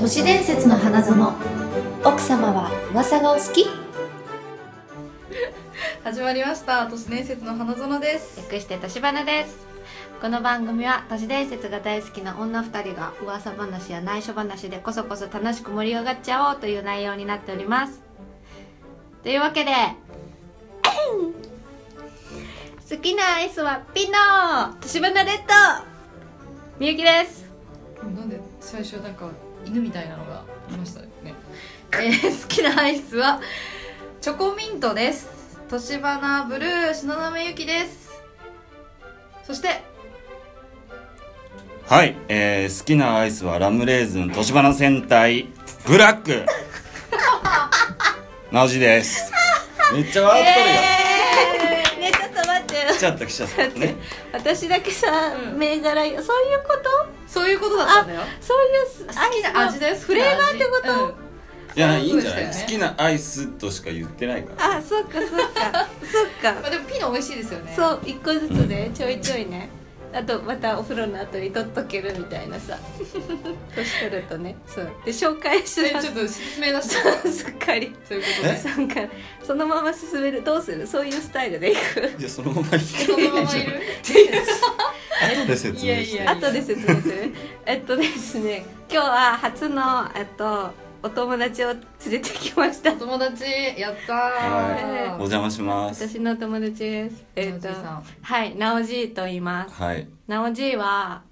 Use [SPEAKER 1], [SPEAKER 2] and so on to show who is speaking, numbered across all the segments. [SPEAKER 1] 都市伝説の花園奥様は噂がお好き
[SPEAKER 2] 始まりました都市伝説の花園です
[SPEAKER 3] 略してとしばなですこの番組は都市伝説が大好きな女2人が噂話や内緒話でこそこそ楽しく盛り上がっちゃおうという内容になっておりますというわけで 好きなアイスはピノとしばなレッドみゆきです
[SPEAKER 2] なんで最初なんか犬みたいなのがいましたね
[SPEAKER 3] えー、好きなアイスは
[SPEAKER 2] チョコミントです年花ブルー篠めゆきですそして
[SPEAKER 4] はい、えー、好きなアイスはラムレーズン、年花戦隊、ブラッ ク。直ジです。めっちゃ笑っとるよ。
[SPEAKER 3] ねちょっと待って
[SPEAKER 4] 来ちゃった来ちゃった。ね。
[SPEAKER 3] 私だけさ、
[SPEAKER 2] うん
[SPEAKER 3] 銘柄そういうこと
[SPEAKER 2] そういうことだったんだよ
[SPEAKER 3] そういう
[SPEAKER 2] 好
[SPEAKER 3] 好
[SPEAKER 2] きな味だよ
[SPEAKER 3] フレーバーってこと、
[SPEAKER 4] いや、いいんじゃない、
[SPEAKER 2] そうでしたよね
[SPEAKER 4] 好きなアイスとしか言ってないから。
[SPEAKER 3] あそっかそっか そっ
[SPEAKER 2] と、うん
[SPEAKER 3] か
[SPEAKER 2] まあ、でもピノ美味しいですよね
[SPEAKER 3] そう一個ずつねちょいちょいねあとまたお風呂の後に取っとけるみたい なさ年取るとねそうで紹介し
[SPEAKER 2] で
[SPEAKER 3] ま
[SPEAKER 2] ちょ
[SPEAKER 3] す
[SPEAKER 2] っと説明出した
[SPEAKER 3] すっかり
[SPEAKER 2] そういうことで
[SPEAKER 4] え
[SPEAKER 3] なんかそのまま進めるどうするそういうスタイルでいく
[SPEAKER 4] いや、そのまま い
[SPEAKER 2] え
[SPEAKER 4] け
[SPEAKER 2] そ
[SPEAKER 4] ばいい
[SPEAKER 2] の
[SPEAKER 4] じ
[SPEAKER 2] ま
[SPEAKER 4] ゃん
[SPEAKER 2] まいる
[SPEAKER 4] 後で説明し
[SPEAKER 2] いやい
[SPEAKER 4] て。
[SPEAKER 2] や
[SPEAKER 3] 後で説明するえっとですね今日は初のえっとお友達を連れてきました
[SPEAKER 2] お友達やったー、
[SPEAKER 4] はお
[SPEAKER 2] おじ
[SPEAKER 4] 邪魔します。
[SPEAKER 3] 私の友達ですえっと
[SPEAKER 2] いさん
[SPEAKER 3] はいなおじいと言います
[SPEAKER 4] はい。
[SPEAKER 3] なおじいは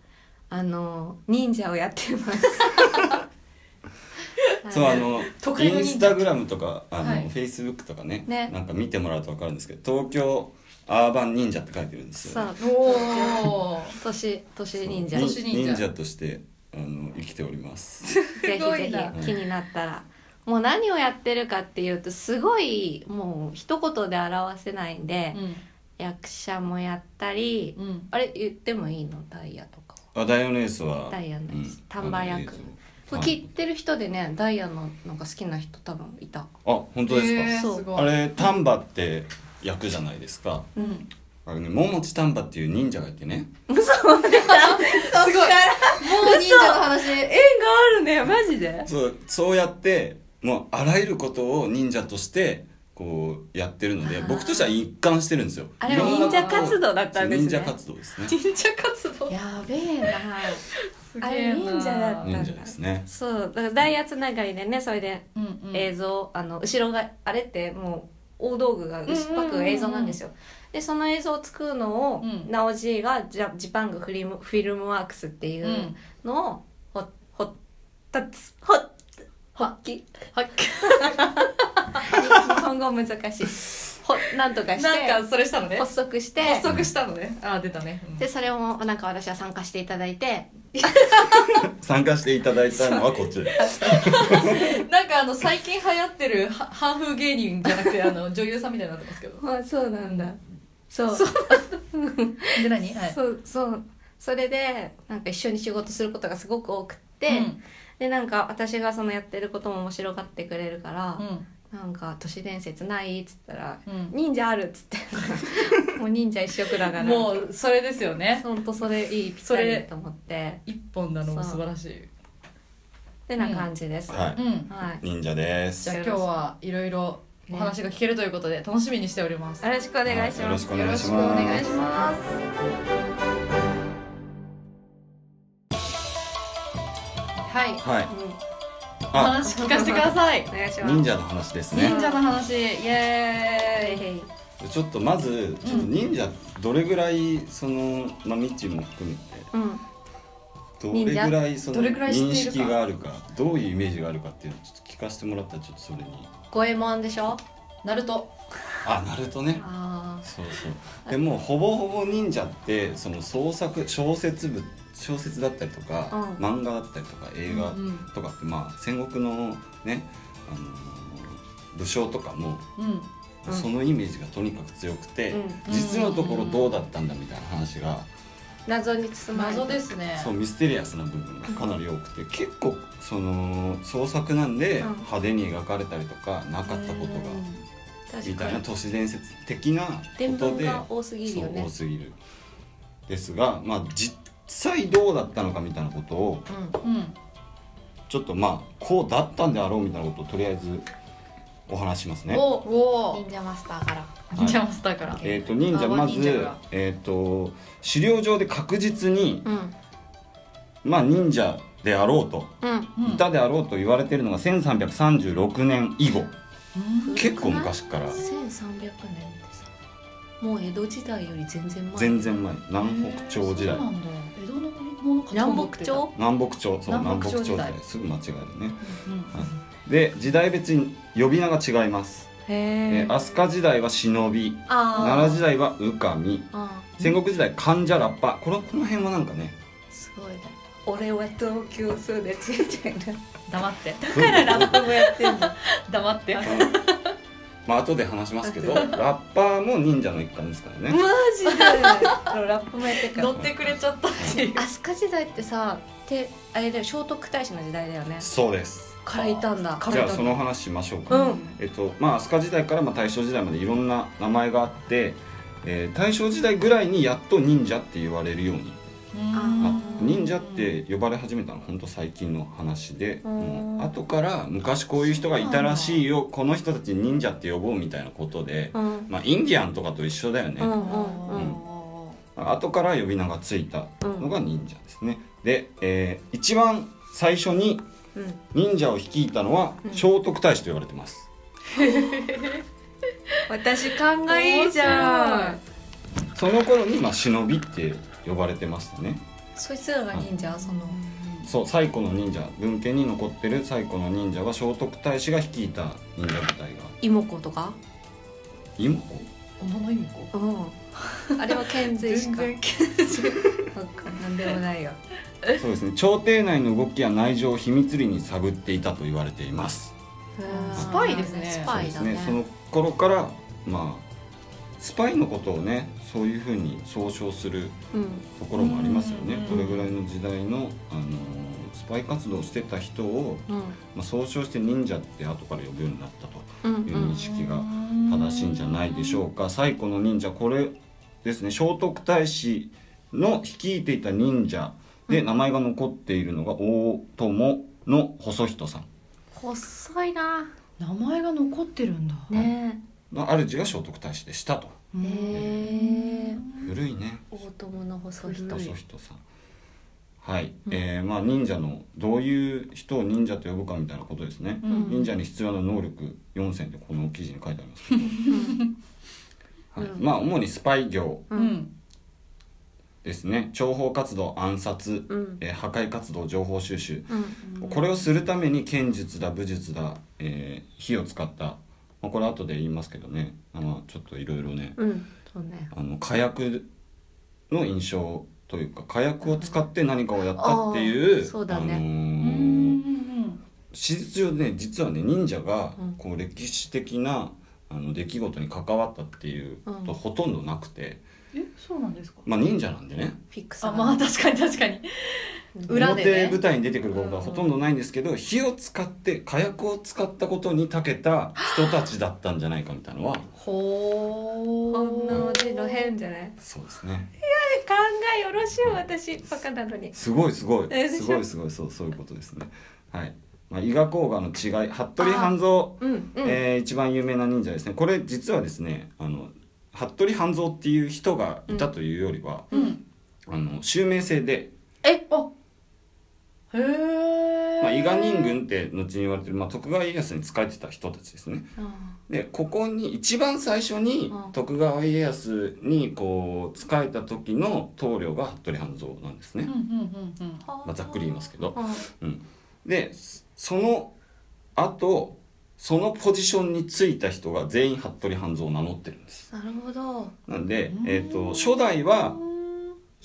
[SPEAKER 3] あの忍者をやってます
[SPEAKER 4] そう、あの
[SPEAKER 2] 都、会の
[SPEAKER 4] イ
[SPEAKER 2] 人
[SPEAKER 4] ンスタグラムとか、あの、
[SPEAKER 2] はい
[SPEAKER 4] フェイスブックとかね
[SPEAKER 3] ね
[SPEAKER 4] なんか見てもらうとわかるんですけど、東京アーバン忍者って書いてるんです
[SPEAKER 3] そ
[SPEAKER 4] よ、
[SPEAKER 3] う
[SPEAKER 2] おー
[SPEAKER 3] 年年忍者
[SPEAKER 2] そう
[SPEAKER 3] ぜ
[SPEAKER 2] 都市忍者
[SPEAKER 4] 忍者として、あの、生きております。
[SPEAKER 3] ひ
[SPEAKER 2] すごいな
[SPEAKER 3] ぜひ気になったらもう何をやってるかっていうとすごいもう一言で表せないんで、役者もやったり、
[SPEAKER 2] うんうん
[SPEAKER 3] あれ言ってもいいのダイヤとか
[SPEAKER 4] あダイヤのエースは
[SPEAKER 3] ダイヤのエース
[SPEAKER 4] うん
[SPEAKER 3] 丹波役
[SPEAKER 4] あのエース
[SPEAKER 3] これ聞いてる人でねダイヤのなんか好きな人多分いた
[SPEAKER 4] あ本当ですか、
[SPEAKER 2] えー
[SPEAKER 3] そう
[SPEAKER 2] すごい
[SPEAKER 4] あれ丹波って役じゃないですか
[SPEAKER 2] うん
[SPEAKER 4] あれね桃地丹波っていう忍者がいてね
[SPEAKER 2] すごいもう忍者の話
[SPEAKER 3] 縁があるねマジで
[SPEAKER 4] そうそうやってもうあらゆることを忍者としてこうやってるので
[SPEAKER 3] あー
[SPEAKER 4] 僕としては一貫してるんですよ
[SPEAKER 3] あれ
[SPEAKER 4] いろんな
[SPEAKER 3] 忍者
[SPEAKER 4] ことを
[SPEAKER 3] 活動だったんですね
[SPEAKER 4] そう忍者活動です ね
[SPEAKER 2] 忍者活動
[SPEAKER 3] やべえな
[SPEAKER 2] す
[SPEAKER 3] げえなあれ忍者だった
[SPEAKER 4] 忍者ですね
[SPEAKER 3] そうだからダイヤつながりでねそれで
[SPEAKER 2] うんうん、
[SPEAKER 3] 映像、あの後ろがあれってもう大道具が薄っぱく映像なんですよ、でその映像を作るのを、
[SPEAKER 2] うん
[SPEAKER 3] なおじいがジャジパングフリムフィルムワークスっていうのをほほったつほっほっ き
[SPEAKER 2] はっ
[SPEAKER 3] 日本語難しいほなんとかして
[SPEAKER 2] なんかそれしたのね
[SPEAKER 3] 発足して
[SPEAKER 2] 発足したのねあー出たね、うん
[SPEAKER 3] でそれもなんか私は参加していただいて
[SPEAKER 4] 参加していただいたのはこっちです
[SPEAKER 2] なんかあの最近流行ってるは半風芸人じゃなくてあ の女優さんみたいになってますけど
[SPEAKER 3] あそうなんだそう
[SPEAKER 2] で何はい
[SPEAKER 3] そうそうそれでなんか一緒に仕事することがすごく多くって、
[SPEAKER 2] うん
[SPEAKER 3] でなんか私がそのやってることも面白がってくれるから
[SPEAKER 2] う、ん
[SPEAKER 3] なんか都市伝説ないっつったら
[SPEAKER 2] う
[SPEAKER 3] 「
[SPEAKER 2] ん
[SPEAKER 3] 忍者ある」っつ ってもう忍者一色だから
[SPEAKER 2] もうそれですよね
[SPEAKER 3] ほんとそれいいぴったりだと思って
[SPEAKER 2] 一本なのも素晴らしい
[SPEAKER 3] ってな感じです、
[SPEAKER 4] は
[SPEAKER 2] う
[SPEAKER 4] い
[SPEAKER 2] ん
[SPEAKER 3] はい
[SPEAKER 4] 忍者で
[SPEAKER 2] じ
[SPEAKER 4] す
[SPEAKER 2] ゃあ
[SPEAKER 4] よ
[SPEAKER 2] 今日はいろいろお話が聞けるということで楽しみにしております
[SPEAKER 3] よろしくお願いし
[SPEAKER 4] ろ
[SPEAKER 3] ま
[SPEAKER 4] し
[SPEAKER 3] す、
[SPEAKER 4] くお願いし
[SPEAKER 2] よろ
[SPEAKER 4] ま
[SPEAKER 2] しくお願い
[SPEAKER 4] す
[SPEAKER 2] します
[SPEAKER 3] はい、
[SPEAKER 4] はい
[SPEAKER 3] うん
[SPEAKER 2] お
[SPEAKER 4] あ
[SPEAKER 2] 話聞かせてください
[SPEAKER 3] お願いします
[SPEAKER 4] 忍者の話ですね
[SPEAKER 2] 忍者の話イ
[SPEAKER 3] え
[SPEAKER 2] エーイ
[SPEAKER 3] い
[SPEAKER 4] ちょっとまずちょっと忍者どれぐらいそのまあみっちーも含めて
[SPEAKER 3] うん
[SPEAKER 4] どれぐらいその
[SPEAKER 2] どれぐらい知ってい
[SPEAKER 4] 認
[SPEAKER 2] るか
[SPEAKER 4] 識があるかどういうイメージがあるかっていうのをちょっと聞かせてもらったらちょっとそれに
[SPEAKER 3] 五右衛門でしょ
[SPEAKER 2] ナルト
[SPEAKER 4] あなるとね
[SPEAKER 3] あ
[SPEAKER 4] そうそうでもうほぼほぼ忍者ってその創作小説部小説だったりとか、
[SPEAKER 3] う
[SPEAKER 4] 漫画だったりとか映画
[SPEAKER 2] うん
[SPEAKER 4] とかって、まあ戦国のね、あのー武将とかも
[SPEAKER 2] うん
[SPEAKER 3] うん
[SPEAKER 4] そのイメージがとにかく強くて、
[SPEAKER 3] うん
[SPEAKER 4] 実のところどうだったんだみたいな話が、
[SPEAKER 3] 謎に包まれて
[SPEAKER 2] 謎ですね
[SPEAKER 4] そうミステリアスな部分がかなり多くて、結構その創作なんで
[SPEAKER 3] うん
[SPEAKER 4] 派手に描かれたりとかなかったことがみ
[SPEAKER 3] 確
[SPEAKER 4] た
[SPEAKER 3] か
[SPEAKER 4] いな
[SPEAKER 3] に
[SPEAKER 4] 都市伝説的なこ
[SPEAKER 3] 伝
[SPEAKER 4] と
[SPEAKER 3] 聞
[SPEAKER 4] で
[SPEAKER 3] が多すぎるよ
[SPEAKER 4] そう
[SPEAKER 3] ね
[SPEAKER 4] 多すぎるですがまあ実際どうだったのかみたいなことを
[SPEAKER 2] うん
[SPEAKER 4] ちょっとまあこうだったんであろうみたいなことをとりあえずお話ししますね。
[SPEAKER 2] おお
[SPEAKER 3] 忍者マスターから
[SPEAKER 4] はい
[SPEAKER 2] ジャムスターから
[SPEAKER 4] えー、と忍者
[SPEAKER 2] あ
[SPEAKER 4] まず
[SPEAKER 2] 忍者が、
[SPEAKER 4] えー、と資料上で確実に、
[SPEAKER 3] うん
[SPEAKER 4] まあ、忍者であろうと、
[SPEAKER 3] うん
[SPEAKER 2] うん
[SPEAKER 4] いたであろうと言われているのが1336年以後
[SPEAKER 2] うん
[SPEAKER 4] 結構昔から
[SPEAKER 3] 1300年ですもう江戸時代より全然前
[SPEAKER 4] 全然前南北朝時代
[SPEAKER 2] そうなんだ江戸のものかと思
[SPEAKER 3] 南
[SPEAKER 2] ってた
[SPEAKER 3] 北朝
[SPEAKER 4] 南北朝そう
[SPEAKER 2] 南
[SPEAKER 4] 南
[SPEAKER 2] 北朝
[SPEAKER 4] 北朝
[SPEAKER 2] 時
[SPEAKER 4] 時
[SPEAKER 2] 代
[SPEAKER 4] 代すぐ間違えるね
[SPEAKER 2] うん
[SPEAKER 4] で時代別に呼び名が違います、
[SPEAKER 3] へ
[SPEAKER 4] え
[SPEAKER 3] え
[SPEAKER 4] ー飛鳥時代は忍び
[SPEAKER 3] あ
[SPEAKER 4] 奈良時代は宇上
[SPEAKER 3] ああ
[SPEAKER 4] 戦国時代患者ラッパこれこの辺はなんか ね
[SPEAKER 3] ーすごいね俺は東京育ちみたいな
[SPEAKER 2] 黙って
[SPEAKER 4] だ
[SPEAKER 3] だからラップもやってんの
[SPEAKER 2] 黙って
[SPEAKER 4] まあ後で話しますけどラッパーも忍者の一環ですからね
[SPEAKER 3] ジ でラップもやってるから
[SPEAKER 2] 乗ってくれちゃったっていう
[SPEAKER 3] 飛鳥時代ってさてあれだよ聖徳太子の時代だよね
[SPEAKER 4] そうです
[SPEAKER 3] からいたんだ
[SPEAKER 4] じゃあその話しましょうか、
[SPEAKER 3] うん
[SPEAKER 4] えっとまあ飛鳥時代からまあ大正時代までいろんな名前があって、えー大正時代ぐらいにやっと忍者って言われるように、
[SPEAKER 3] うん
[SPEAKER 4] あ忍者って呼ばれ始めたのほんと最近の話で、
[SPEAKER 3] うん
[SPEAKER 4] もう後から昔こういう人がいたらしいよこの人たち忍者って呼ぼうみたいなことで、
[SPEAKER 3] うん
[SPEAKER 4] まあインディアンとかと一緒だよね、
[SPEAKER 3] うんうんう
[SPEAKER 2] うんん
[SPEAKER 4] 後から呼び名がついたのが忍者ですね、で、えー一番最初に
[SPEAKER 3] うん
[SPEAKER 4] 忍者を率いたのは
[SPEAKER 3] うん
[SPEAKER 4] 聖徳太子と言われてます、
[SPEAKER 3] 私勘がいいじゃん
[SPEAKER 4] その頃にまあ忍びって呼ばれてましたね
[SPEAKER 3] そいつらが忍者その
[SPEAKER 4] そう最古の忍者文献に残ってる最古の忍者は聖徳太子が率いた忍者部隊が
[SPEAKER 3] 妹子とか
[SPEAKER 4] 今
[SPEAKER 2] 小野由美子
[SPEAKER 3] うんあれは遣隋使
[SPEAKER 2] 全
[SPEAKER 3] か
[SPEAKER 2] 然
[SPEAKER 3] なんでもないよ
[SPEAKER 4] そうですね朝廷内の動きや内情を秘密裏に探っていたと言われています
[SPEAKER 2] スパイですね
[SPEAKER 3] ス
[SPEAKER 4] そう
[SPEAKER 3] パ
[SPEAKER 4] で
[SPEAKER 3] イ
[SPEAKER 4] す
[SPEAKER 3] だね
[SPEAKER 4] その頃からまあスパイのことをねそういうふうに総称する
[SPEAKER 3] うん
[SPEAKER 4] ところもありますよね
[SPEAKER 2] うん
[SPEAKER 4] これぐらいの時代の、あのースパイ活動をしてた人を、
[SPEAKER 3] うん
[SPEAKER 4] まあ、総称して忍者って後から呼ぶようになったと
[SPEAKER 3] うんう
[SPEAKER 4] いう認
[SPEAKER 3] ん
[SPEAKER 4] 識が正しいんじゃないでしょうか最古の忍者これですね聖徳太子の率いていた忍者で名前が残っているのが大友の細人さん
[SPEAKER 3] 細いな
[SPEAKER 2] 名前が残ってるんだ
[SPEAKER 3] ね
[SPEAKER 4] の主が聖徳太子でしたと
[SPEAKER 3] えへえ
[SPEAKER 4] 古いね
[SPEAKER 3] 大友の細い人
[SPEAKER 4] 細人さんはい、
[SPEAKER 3] うん
[SPEAKER 4] えーまあ忍者のどういう人を忍者と呼ぶかみたいなことですね、
[SPEAKER 2] うん
[SPEAKER 4] 忍者に必要な能力4選でこの記事に書いてありますけ ど、はい
[SPEAKER 3] うん
[SPEAKER 4] まあ主にスパイ業
[SPEAKER 2] う
[SPEAKER 3] うん
[SPEAKER 4] ですね諜報活動暗殺
[SPEAKER 3] うん
[SPEAKER 4] えー破壊活動情報収集
[SPEAKER 3] うん
[SPEAKER 4] これをするために剣術だ武術だ、えー火を使った、まあ、これ後で言いますけどねあのちょっといろいろね
[SPEAKER 3] うんそうね
[SPEAKER 4] あの火薬の印象というか火薬を使って何かをやったっていう
[SPEAKER 3] あーそうだね
[SPEAKER 4] あの
[SPEAKER 2] う
[SPEAKER 4] ー
[SPEAKER 2] ん
[SPEAKER 4] 史実上ね実はね忍者が
[SPEAKER 3] うん
[SPEAKER 4] こう歴史的なあの出来事に関わったっていうこ
[SPEAKER 3] うん
[SPEAKER 4] とほとんどなくて、
[SPEAKER 2] えそうなんですか
[SPEAKER 4] まあ忍者なんでね
[SPEAKER 3] フィックサ
[SPEAKER 2] あ
[SPEAKER 3] ー
[SPEAKER 2] まあ確かに確かに裏で
[SPEAKER 4] 表
[SPEAKER 2] ね
[SPEAKER 4] 舞台に出てくることがほとんどないんですけど、火を使って火薬を使ったことに長けた人たちだったんじゃないかみたいなのは
[SPEAKER 2] ほ
[SPEAKER 3] こんな
[SPEAKER 2] ー
[SPEAKER 3] おじの変じゃない
[SPEAKER 4] そうですね
[SPEAKER 3] 考えよろしいよ私バカなのに
[SPEAKER 4] すごいすごい
[SPEAKER 3] え
[SPEAKER 4] すごいすごいそうそういうことですねはい、まあ、伊賀甲賀の違い服部半蔵、
[SPEAKER 3] うんうん
[SPEAKER 4] えー一番有名な忍者ですねこれ実はですねあの服部半蔵っていう人がいたというよりは、
[SPEAKER 2] うん
[SPEAKER 4] あの襲名制で、
[SPEAKER 2] えあへえ
[SPEAKER 4] まあ、伊賀忍軍って後に言われてる、まあ、徳川家康に仕えてた人たちですねでここに一番最初に
[SPEAKER 3] うん
[SPEAKER 4] 徳川家康にこう仕えた時の棟梁が服部半蔵なんですね、
[SPEAKER 2] うんうんうんうん
[SPEAKER 4] まあ、ざっくり言いますけど
[SPEAKER 3] うん
[SPEAKER 4] でその後そのポジションについた人が全員服部半蔵を名乗ってるんです
[SPEAKER 3] なるほど
[SPEAKER 4] なんで
[SPEAKER 2] う、ん
[SPEAKER 4] えー、と初代は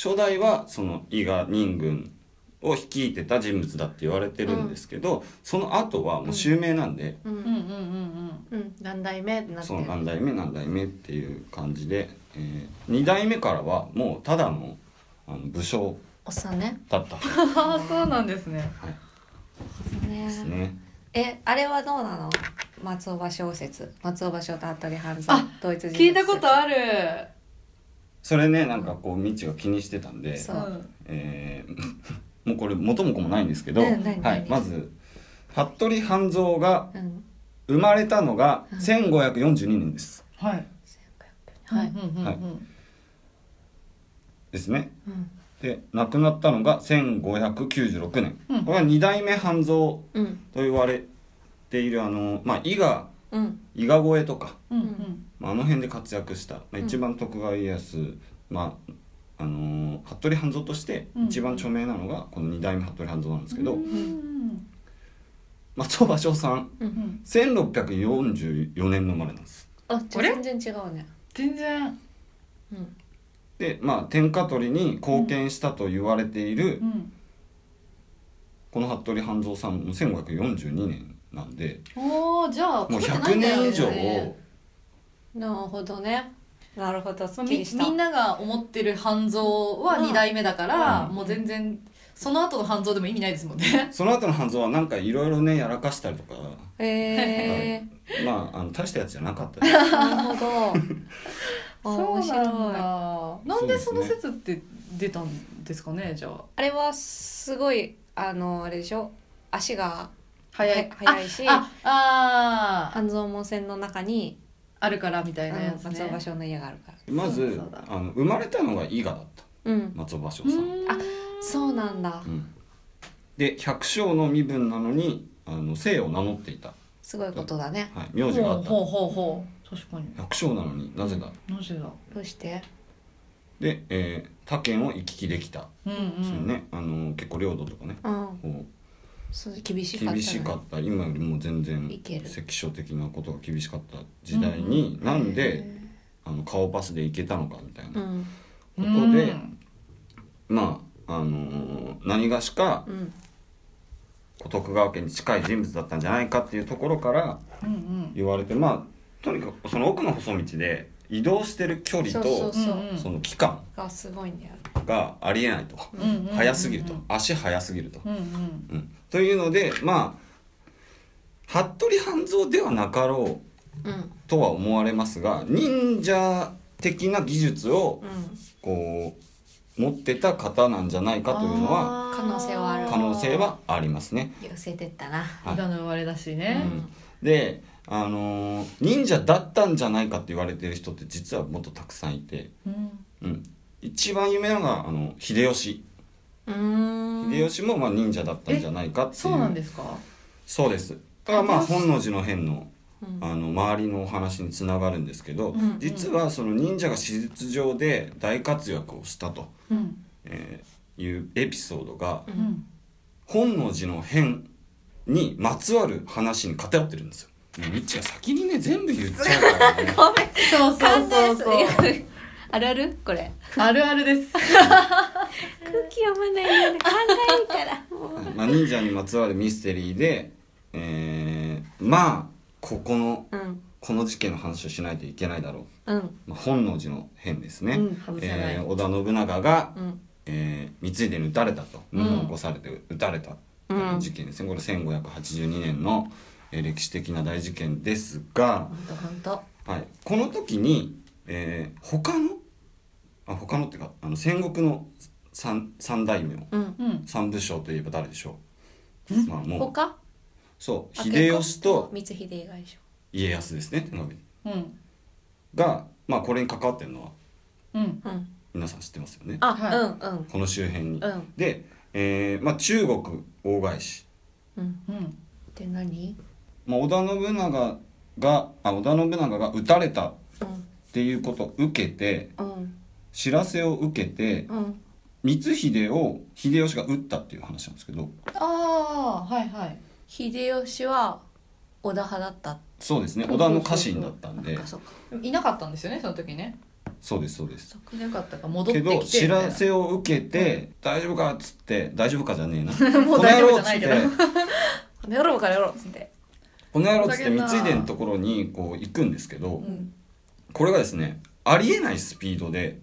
[SPEAKER 4] 初代はその伊賀忍軍を率いてた人物だって言われてるんですけど、その後はもう襲名なんで、
[SPEAKER 3] う
[SPEAKER 2] うんうん
[SPEAKER 3] ん
[SPEAKER 2] うん
[SPEAKER 3] うん何代目ってなって
[SPEAKER 4] そ
[SPEAKER 3] る
[SPEAKER 4] の何代目何代目っていう感じで、え2代目からはもうただのあの武将
[SPEAKER 3] おっさんね
[SPEAKER 4] だった
[SPEAKER 2] う
[SPEAKER 4] ん
[SPEAKER 2] んああそうなんですね
[SPEAKER 4] ですね。
[SPEAKER 3] えあれはどうなの松尾芭小説松尾芭小と服部半
[SPEAKER 2] あ
[SPEAKER 3] 蔵ドイツ人
[SPEAKER 2] 聞いたこと
[SPEAKER 3] あ
[SPEAKER 2] ある
[SPEAKER 4] それねなんかこうみちが気にしてたんで、
[SPEAKER 3] そう
[SPEAKER 2] うん
[SPEAKER 4] ええー もうこれ元も子もないんですけど、
[SPEAKER 3] うん何
[SPEAKER 4] はい
[SPEAKER 3] 何、
[SPEAKER 4] まず服部半蔵が
[SPEAKER 3] うん
[SPEAKER 4] 生まれたのが1542年です。
[SPEAKER 2] はい。
[SPEAKER 3] はい
[SPEAKER 2] うんうんうんうん
[SPEAKER 4] ですね。
[SPEAKER 3] うん
[SPEAKER 4] で亡くなったのが1596年、
[SPEAKER 2] うん
[SPEAKER 4] これは二代目半蔵
[SPEAKER 3] うん
[SPEAKER 4] と言われているあの、まあ、伊賀
[SPEAKER 3] うん
[SPEAKER 4] 伊賀越えとか、
[SPEAKER 2] うんうん
[SPEAKER 4] まあ、あの辺で活躍した、まあ、
[SPEAKER 3] ん
[SPEAKER 4] 一番徳川家康、まああのー服部半蔵として
[SPEAKER 2] うん
[SPEAKER 4] 一番著名なのがこの二代目服部半蔵なんですけど、
[SPEAKER 2] うん
[SPEAKER 4] 松尾芭蕉さん
[SPEAKER 2] うん
[SPEAKER 4] 1644年の生まれなんです。
[SPEAKER 3] あじゃあ
[SPEAKER 2] あれ
[SPEAKER 3] 全然違うね
[SPEAKER 2] 全然
[SPEAKER 3] うん
[SPEAKER 4] でまあ天下取りに貢献したと言われている、
[SPEAKER 2] うん
[SPEAKER 4] この服部半蔵さんも1542年なんで
[SPEAKER 2] おーじゃあ
[SPEAKER 4] もう
[SPEAKER 2] 被って
[SPEAKER 4] 100
[SPEAKER 2] ないんだ
[SPEAKER 4] 年
[SPEAKER 2] よ
[SPEAKER 4] 以上
[SPEAKER 2] ね
[SPEAKER 3] なるほどねなるほどす
[SPEAKER 2] ま
[SPEAKER 3] っ
[SPEAKER 2] あ
[SPEAKER 3] き
[SPEAKER 2] み
[SPEAKER 3] りした
[SPEAKER 2] みんなが思ってる半蔵は
[SPEAKER 3] うん
[SPEAKER 2] 2代目だから、
[SPEAKER 4] うん
[SPEAKER 2] もう全然その後の半蔵でも意味ないですもんね
[SPEAKER 4] その後の半蔵はなんかいろいろねやらかしたりとか
[SPEAKER 3] え
[SPEAKER 4] まああの大したやつじゃなかった です
[SPEAKER 3] ー、なるほ どあ面白い
[SPEAKER 2] だなんでその説って出たんですかねじゃあ
[SPEAKER 3] あれはすごいあのあれでしょ足が
[SPEAKER 2] 早い
[SPEAKER 3] は早いし
[SPEAKER 2] あああ
[SPEAKER 3] 半蔵門線の中に、
[SPEAKER 2] あるからみたいなや
[SPEAKER 3] うん
[SPEAKER 2] つ
[SPEAKER 3] 松尾芭
[SPEAKER 2] ね、
[SPEAKER 3] 蕉の家があるから
[SPEAKER 4] ま
[SPEAKER 2] そう
[SPEAKER 4] ず
[SPEAKER 2] そうだ
[SPEAKER 4] あの生まれたのが伊賀だった
[SPEAKER 3] うん
[SPEAKER 4] 松尾芭蕉
[SPEAKER 2] う
[SPEAKER 4] さん、
[SPEAKER 2] ん
[SPEAKER 3] あそうなんだ
[SPEAKER 4] うんで百姓の身分なのにあの姓を名乗っていた、
[SPEAKER 3] すごいことだね
[SPEAKER 4] はい、名字があ
[SPEAKER 2] ほう
[SPEAKER 4] った
[SPEAKER 2] ほうほうほう確かに
[SPEAKER 4] 百姓なのになぜだ
[SPEAKER 2] なぜだ
[SPEAKER 3] どうして
[SPEAKER 4] で、えー他県を行き来できた、
[SPEAKER 2] うんう
[SPEAKER 4] そうんね、あの結構領土とかね
[SPEAKER 3] うん
[SPEAKER 4] こう
[SPEAKER 3] そう厳しかった
[SPEAKER 4] 厳しかった今よりも全然
[SPEAKER 3] いける
[SPEAKER 4] 関所的なことが厳しかった時代に、なんであの顔パスで行けたのかみたいな
[SPEAKER 3] う
[SPEAKER 4] こ
[SPEAKER 3] ん
[SPEAKER 4] とで、まあ、あのー何がしか
[SPEAKER 3] うん
[SPEAKER 4] 徳川家に近い人物だったんじゃないかっていうところから
[SPEAKER 2] うんうん
[SPEAKER 4] 言われてまあとにかくその奥の細道で移動してる距離
[SPEAKER 3] そう
[SPEAKER 4] と
[SPEAKER 3] そうそう、
[SPEAKER 2] うん
[SPEAKER 4] その期間
[SPEAKER 3] がすごいんだよ
[SPEAKER 4] がありえないと、
[SPEAKER 2] うんうんうんうん
[SPEAKER 4] 早すぎると足早すぎると。
[SPEAKER 2] うんうん
[SPEAKER 4] うんというのでまあ服部半蔵ではなかろう
[SPEAKER 3] うん
[SPEAKER 4] とは思われますが忍者的な技術を
[SPEAKER 3] うん
[SPEAKER 4] こう持ってた方なんじゃないかというのは
[SPEAKER 3] 可能性はある
[SPEAKER 4] 可能性はありますね。
[SPEAKER 3] 寄せてったな
[SPEAKER 4] はい
[SPEAKER 2] 伊賀の生まれだしね、
[SPEAKER 4] で、あのー忍者だったんじゃないかって言われてる人って実はもっとたくさんいて、
[SPEAKER 2] うん
[SPEAKER 4] うん、一番有名なのがあの秀吉
[SPEAKER 3] うーん
[SPEAKER 4] 秀吉もまあ忍者だったんじゃないかっていう
[SPEAKER 2] そうなんですか
[SPEAKER 4] そうですだからまあ
[SPEAKER 2] 秀吉
[SPEAKER 4] 本能寺の変の
[SPEAKER 3] うん
[SPEAKER 4] あの周りのお話につながるんですけど、
[SPEAKER 3] んうん
[SPEAKER 4] 実はその忍者が史実上で大活躍をしたと
[SPEAKER 2] うん
[SPEAKER 4] えーいうエピソードが
[SPEAKER 3] う
[SPEAKER 2] うんん
[SPEAKER 4] 本能寺の変にまつわる話に偏ってるんですよ。もうみっちが先にね全部言っちゃうからね。
[SPEAKER 2] そうそうそうそう
[SPEAKER 3] あるあるこれ
[SPEAKER 2] あるあるです
[SPEAKER 3] 空気読まないように考えるからもう
[SPEAKER 4] まあ、忍者にまつわるミステリーで、えーまあここの
[SPEAKER 3] うん
[SPEAKER 4] この事件の話をしないといけないだろう。
[SPEAKER 3] うん
[SPEAKER 4] まあ、本能寺の変ですね。
[SPEAKER 3] うん外せない
[SPEAKER 4] えー織田信長が、
[SPEAKER 3] うん
[SPEAKER 4] えー光秀に撃たれたと
[SPEAKER 2] ん
[SPEAKER 4] 謀反を起こされて撃たれたという事件ですね、これ1582年の、えー歴史的な大事件ですが、
[SPEAKER 3] 本当本当
[SPEAKER 4] はい、この時に、えー他のあ他のっていうかあの戦国の三三大名
[SPEAKER 3] うん
[SPEAKER 2] うん
[SPEAKER 4] 三武将といえば誰でしょう、まあ、もう
[SPEAKER 3] 他
[SPEAKER 4] そう秀吉と
[SPEAKER 3] 光秀以外でし
[SPEAKER 4] 家康ですね
[SPEAKER 2] うん
[SPEAKER 4] が、まあ、これに関わってるのは
[SPEAKER 2] うん
[SPEAKER 3] ょうん
[SPEAKER 4] 皆さん知ってますよね
[SPEAKER 3] あ、
[SPEAKER 2] はい
[SPEAKER 3] うんうん
[SPEAKER 4] この周辺に。
[SPEAKER 3] うん
[SPEAKER 4] で、えーまあ、中国大返し、
[SPEAKER 3] うん
[SPEAKER 2] うん
[SPEAKER 3] で何
[SPEAKER 4] まあ、織田信長があ織田信長が討たれたっ
[SPEAKER 3] うん
[SPEAKER 4] ていうことを受けて
[SPEAKER 3] うん
[SPEAKER 4] 知らせを受けて
[SPEAKER 3] うん
[SPEAKER 4] 光秀を秀吉が討ったっていう話なんですけど
[SPEAKER 2] ああはいはい
[SPEAKER 3] 秀吉は織田派だった
[SPEAKER 4] そうですね織田の家臣だったんで
[SPEAKER 3] あそうか
[SPEAKER 2] いなかったんですよねその時ね
[SPEAKER 4] そうですそうです
[SPEAKER 2] いなかったから戻って
[SPEAKER 4] け
[SPEAKER 2] きて
[SPEAKER 4] ど知ら
[SPEAKER 2] み
[SPEAKER 4] せを受けて「大丈夫か?」っつって「大丈夫か?」じゃねえな
[SPEAKER 2] もう
[SPEAKER 4] この
[SPEAKER 2] 大
[SPEAKER 4] 野
[SPEAKER 2] 丈夫じ
[SPEAKER 4] 郎っ
[SPEAKER 2] ゃ
[SPEAKER 4] つ
[SPEAKER 2] な
[SPEAKER 4] っ
[SPEAKER 2] いけ
[SPEAKER 4] て
[SPEAKER 2] ど
[SPEAKER 3] 「やろうからやろう」っつって
[SPEAKER 4] この野郎っつっ
[SPEAKER 2] ふざけ
[SPEAKER 4] て
[SPEAKER 2] んな
[SPEAKER 4] 光秀のところにこう行くんですけど
[SPEAKER 3] ん
[SPEAKER 4] これがですねありえないスピードで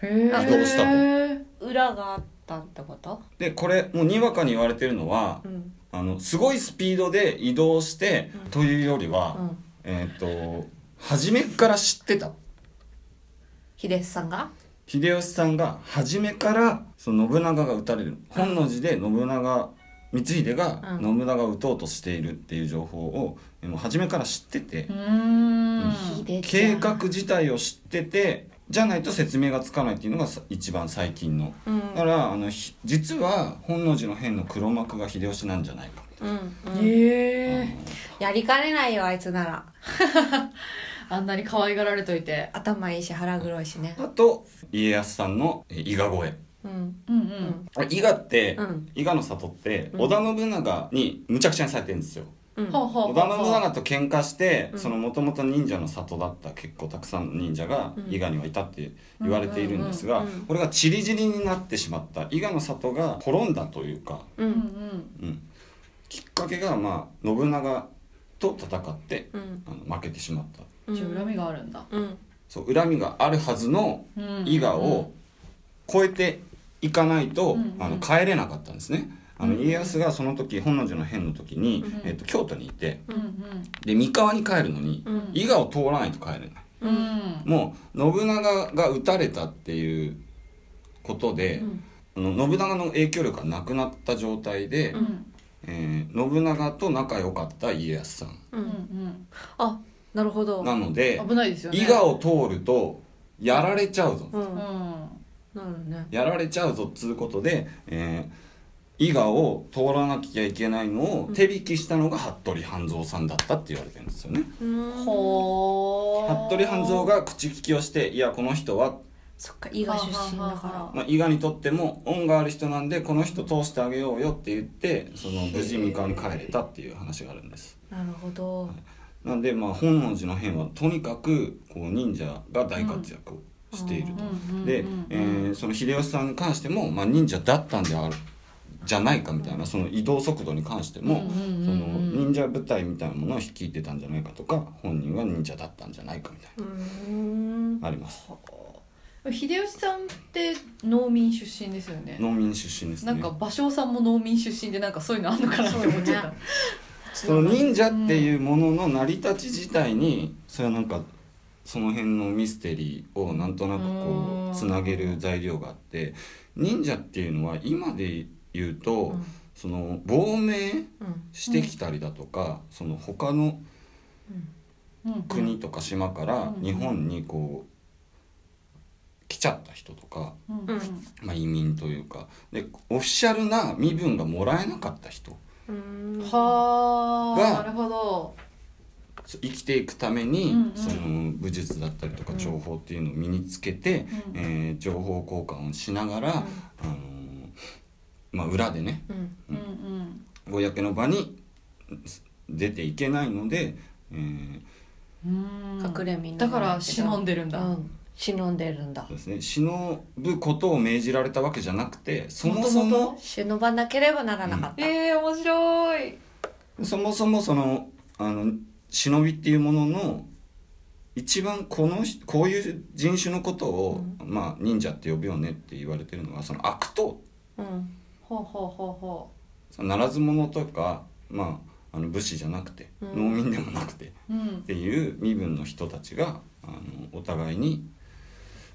[SPEAKER 2] たいな
[SPEAKER 4] 移動したと
[SPEAKER 2] へー
[SPEAKER 3] 裏があったってこと
[SPEAKER 4] でこれもうにわかに言われてるのは
[SPEAKER 3] うん
[SPEAKER 4] あのすごいスピードで移動してというよりは、
[SPEAKER 3] うん
[SPEAKER 4] えっ、と初めから知ってた
[SPEAKER 3] 秀吉さんが
[SPEAKER 4] 秀吉さんが初めからその信長が討たれる本能寺で信長光秀が
[SPEAKER 2] うん
[SPEAKER 4] 信長を討とうとしているっていう情報をえもう初めから知ってて
[SPEAKER 2] う、ーん
[SPEAKER 4] 計画自体を知っててじゃないと説明がつかないっていうのがさ一番最近の
[SPEAKER 3] うん
[SPEAKER 4] だからあのひ実は本能寺の変の黒幕が秀吉なんじゃないか
[SPEAKER 3] うんうん
[SPEAKER 2] ええ
[SPEAKER 3] やりかねないよあいつなら
[SPEAKER 2] あんなに可愛がられといて
[SPEAKER 3] 頭いいし腹黒いしね
[SPEAKER 4] あと家康さんのえ伊賀越え
[SPEAKER 3] うん
[SPEAKER 2] うんう
[SPEAKER 3] うんん
[SPEAKER 4] あ伊賀って、
[SPEAKER 3] うん
[SPEAKER 4] 伊賀の里って
[SPEAKER 3] うん
[SPEAKER 4] 織田信長にむちゃくちゃにされてるんですよ
[SPEAKER 3] うん
[SPEAKER 2] ほうほう
[SPEAKER 4] 織
[SPEAKER 2] ほう
[SPEAKER 4] 田信長と喧嘩して、
[SPEAKER 3] うん
[SPEAKER 4] そのもともと忍者の里だった結構たくさんの忍者が
[SPEAKER 3] うん
[SPEAKER 4] 伊賀にはいたって言われているんですが、
[SPEAKER 3] うんうんうんうん
[SPEAKER 4] これが散り散りになってしまった伊賀の里が滅んだというか、
[SPEAKER 3] う
[SPEAKER 2] うん
[SPEAKER 3] ん
[SPEAKER 4] うんきっかけがまあ信長と戦って
[SPEAKER 3] うん
[SPEAKER 4] あの負けてしまった
[SPEAKER 2] うんじゃあ恨みがあるんだ
[SPEAKER 3] うん
[SPEAKER 4] そう恨みがあるはずの
[SPEAKER 2] うん
[SPEAKER 4] 伊賀を超えていかないと、
[SPEAKER 2] うんうん
[SPEAKER 4] あの帰れなかったんですね。あの
[SPEAKER 2] うん
[SPEAKER 4] 家康がその時本能寺の変の時に、
[SPEAKER 2] うん
[SPEAKER 4] えっと京都にいて
[SPEAKER 2] うんうん
[SPEAKER 4] で三河に帰るのに
[SPEAKER 3] うん
[SPEAKER 4] 伊賀を通らないと帰れない
[SPEAKER 2] うんうん
[SPEAKER 4] もう信長が討たれたっていうことで、あの信長の影響力がなくなった状態で、
[SPEAKER 2] うん
[SPEAKER 4] えー信長と仲良かった家康さん
[SPEAKER 3] う
[SPEAKER 2] うんん
[SPEAKER 3] あなるほど
[SPEAKER 4] なので
[SPEAKER 2] うん危ないですよね
[SPEAKER 4] 伊賀を通るとやられちゃうぞ、
[SPEAKER 3] うん
[SPEAKER 2] うん
[SPEAKER 3] なるね
[SPEAKER 4] やられちゃうぞっつうことで、えー伊賀を通らなきゃいけないのを手引きしたのが服部半蔵さんだったって言われてるんですよね。
[SPEAKER 2] ほー
[SPEAKER 4] 服部半蔵が口利きをしていやこの人は
[SPEAKER 3] そっか伊賀出身だか
[SPEAKER 4] まあ、伊賀にとっても恩がある人なんでこの人通してあげようよって言ってその無事三河に帰れたっていう話があるんです
[SPEAKER 3] らなるほど
[SPEAKER 4] なんでまあ本能寺の変はとにかくこう忍者が大活躍をしていると、
[SPEAKER 2] うんうん
[SPEAKER 4] で、
[SPEAKER 2] うん
[SPEAKER 4] えーその秀吉さんに関しても、まあ、忍者だったんであるじゃないかみたいなその移動速度に関しても、
[SPEAKER 2] うんうんう
[SPEAKER 4] そ
[SPEAKER 2] ん
[SPEAKER 4] の忍者部隊みたいなものを率いてたんじゃないかとか本人は忍者だったんじゃないかみたいう
[SPEAKER 3] ーん
[SPEAKER 4] なあります
[SPEAKER 2] 秀吉さんって農民出身ですよね
[SPEAKER 4] 農民出身ですね
[SPEAKER 2] なんか芭蕉さんも農民出身でなんかそういうのあんのかなって思っちゃった
[SPEAKER 4] その忍者っていうものの成り立ち自体にそれはなんかその辺のミステリーをなんとなくこ
[SPEAKER 2] うん
[SPEAKER 4] うつなげる材料があって忍者っていうのは今で言うと
[SPEAKER 3] うん
[SPEAKER 4] その亡命
[SPEAKER 3] うん
[SPEAKER 4] してきたりだとかその他の
[SPEAKER 2] うん
[SPEAKER 4] 国とか島から
[SPEAKER 2] うん
[SPEAKER 4] 日本にこう来ちゃった人とか、
[SPEAKER 2] うんうんうん
[SPEAKER 4] まあ、移民というかでオフィシャルな身分がもらえなかった人
[SPEAKER 3] うーん
[SPEAKER 2] はあ
[SPEAKER 4] が
[SPEAKER 2] なるほど
[SPEAKER 4] そう生きていくために、
[SPEAKER 2] うんうん
[SPEAKER 4] その武術だったりとか
[SPEAKER 3] うん
[SPEAKER 4] 情報っていうのを身につけて、
[SPEAKER 2] うん
[SPEAKER 4] えー情報交換をしながら、あのーまあ、裏でね
[SPEAKER 3] うん
[SPEAKER 2] うんうん
[SPEAKER 4] 公の場に出ていけないので、えー
[SPEAKER 2] うん
[SPEAKER 3] 隠れみんな
[SPEAKER 2] だから忍んでるんだ
[SPEAKER 3] うん忍んでるんだ
[SPEAKER 4] そうですね、忍ぶことを命じられたわけじゃなくてそもそも
[SPEAKER 2] もとも
[SPEAKER 3] 忍ばなければならなかった
[SPEAKER 2] えー、面白い
[SPEAKER 4] そもそもそのあの忍びっていうものの一番この人こういう人種のことを、まあ、忍者って呼ぶよねって言われてるのはその悪党
[SPEAKER 3] うん
[SPEAKER 2] ほうほうほうほ
[SPEAKER 4] ならず者とか、まあ、あの武士じゃなくて、
[SPEAKER 3] うん
[SPEAKER 4] 農民でもなくてっ
[SPEAKER 2] ううん
[SPEAKER 4] ていう身分の人たちがあのお互いに、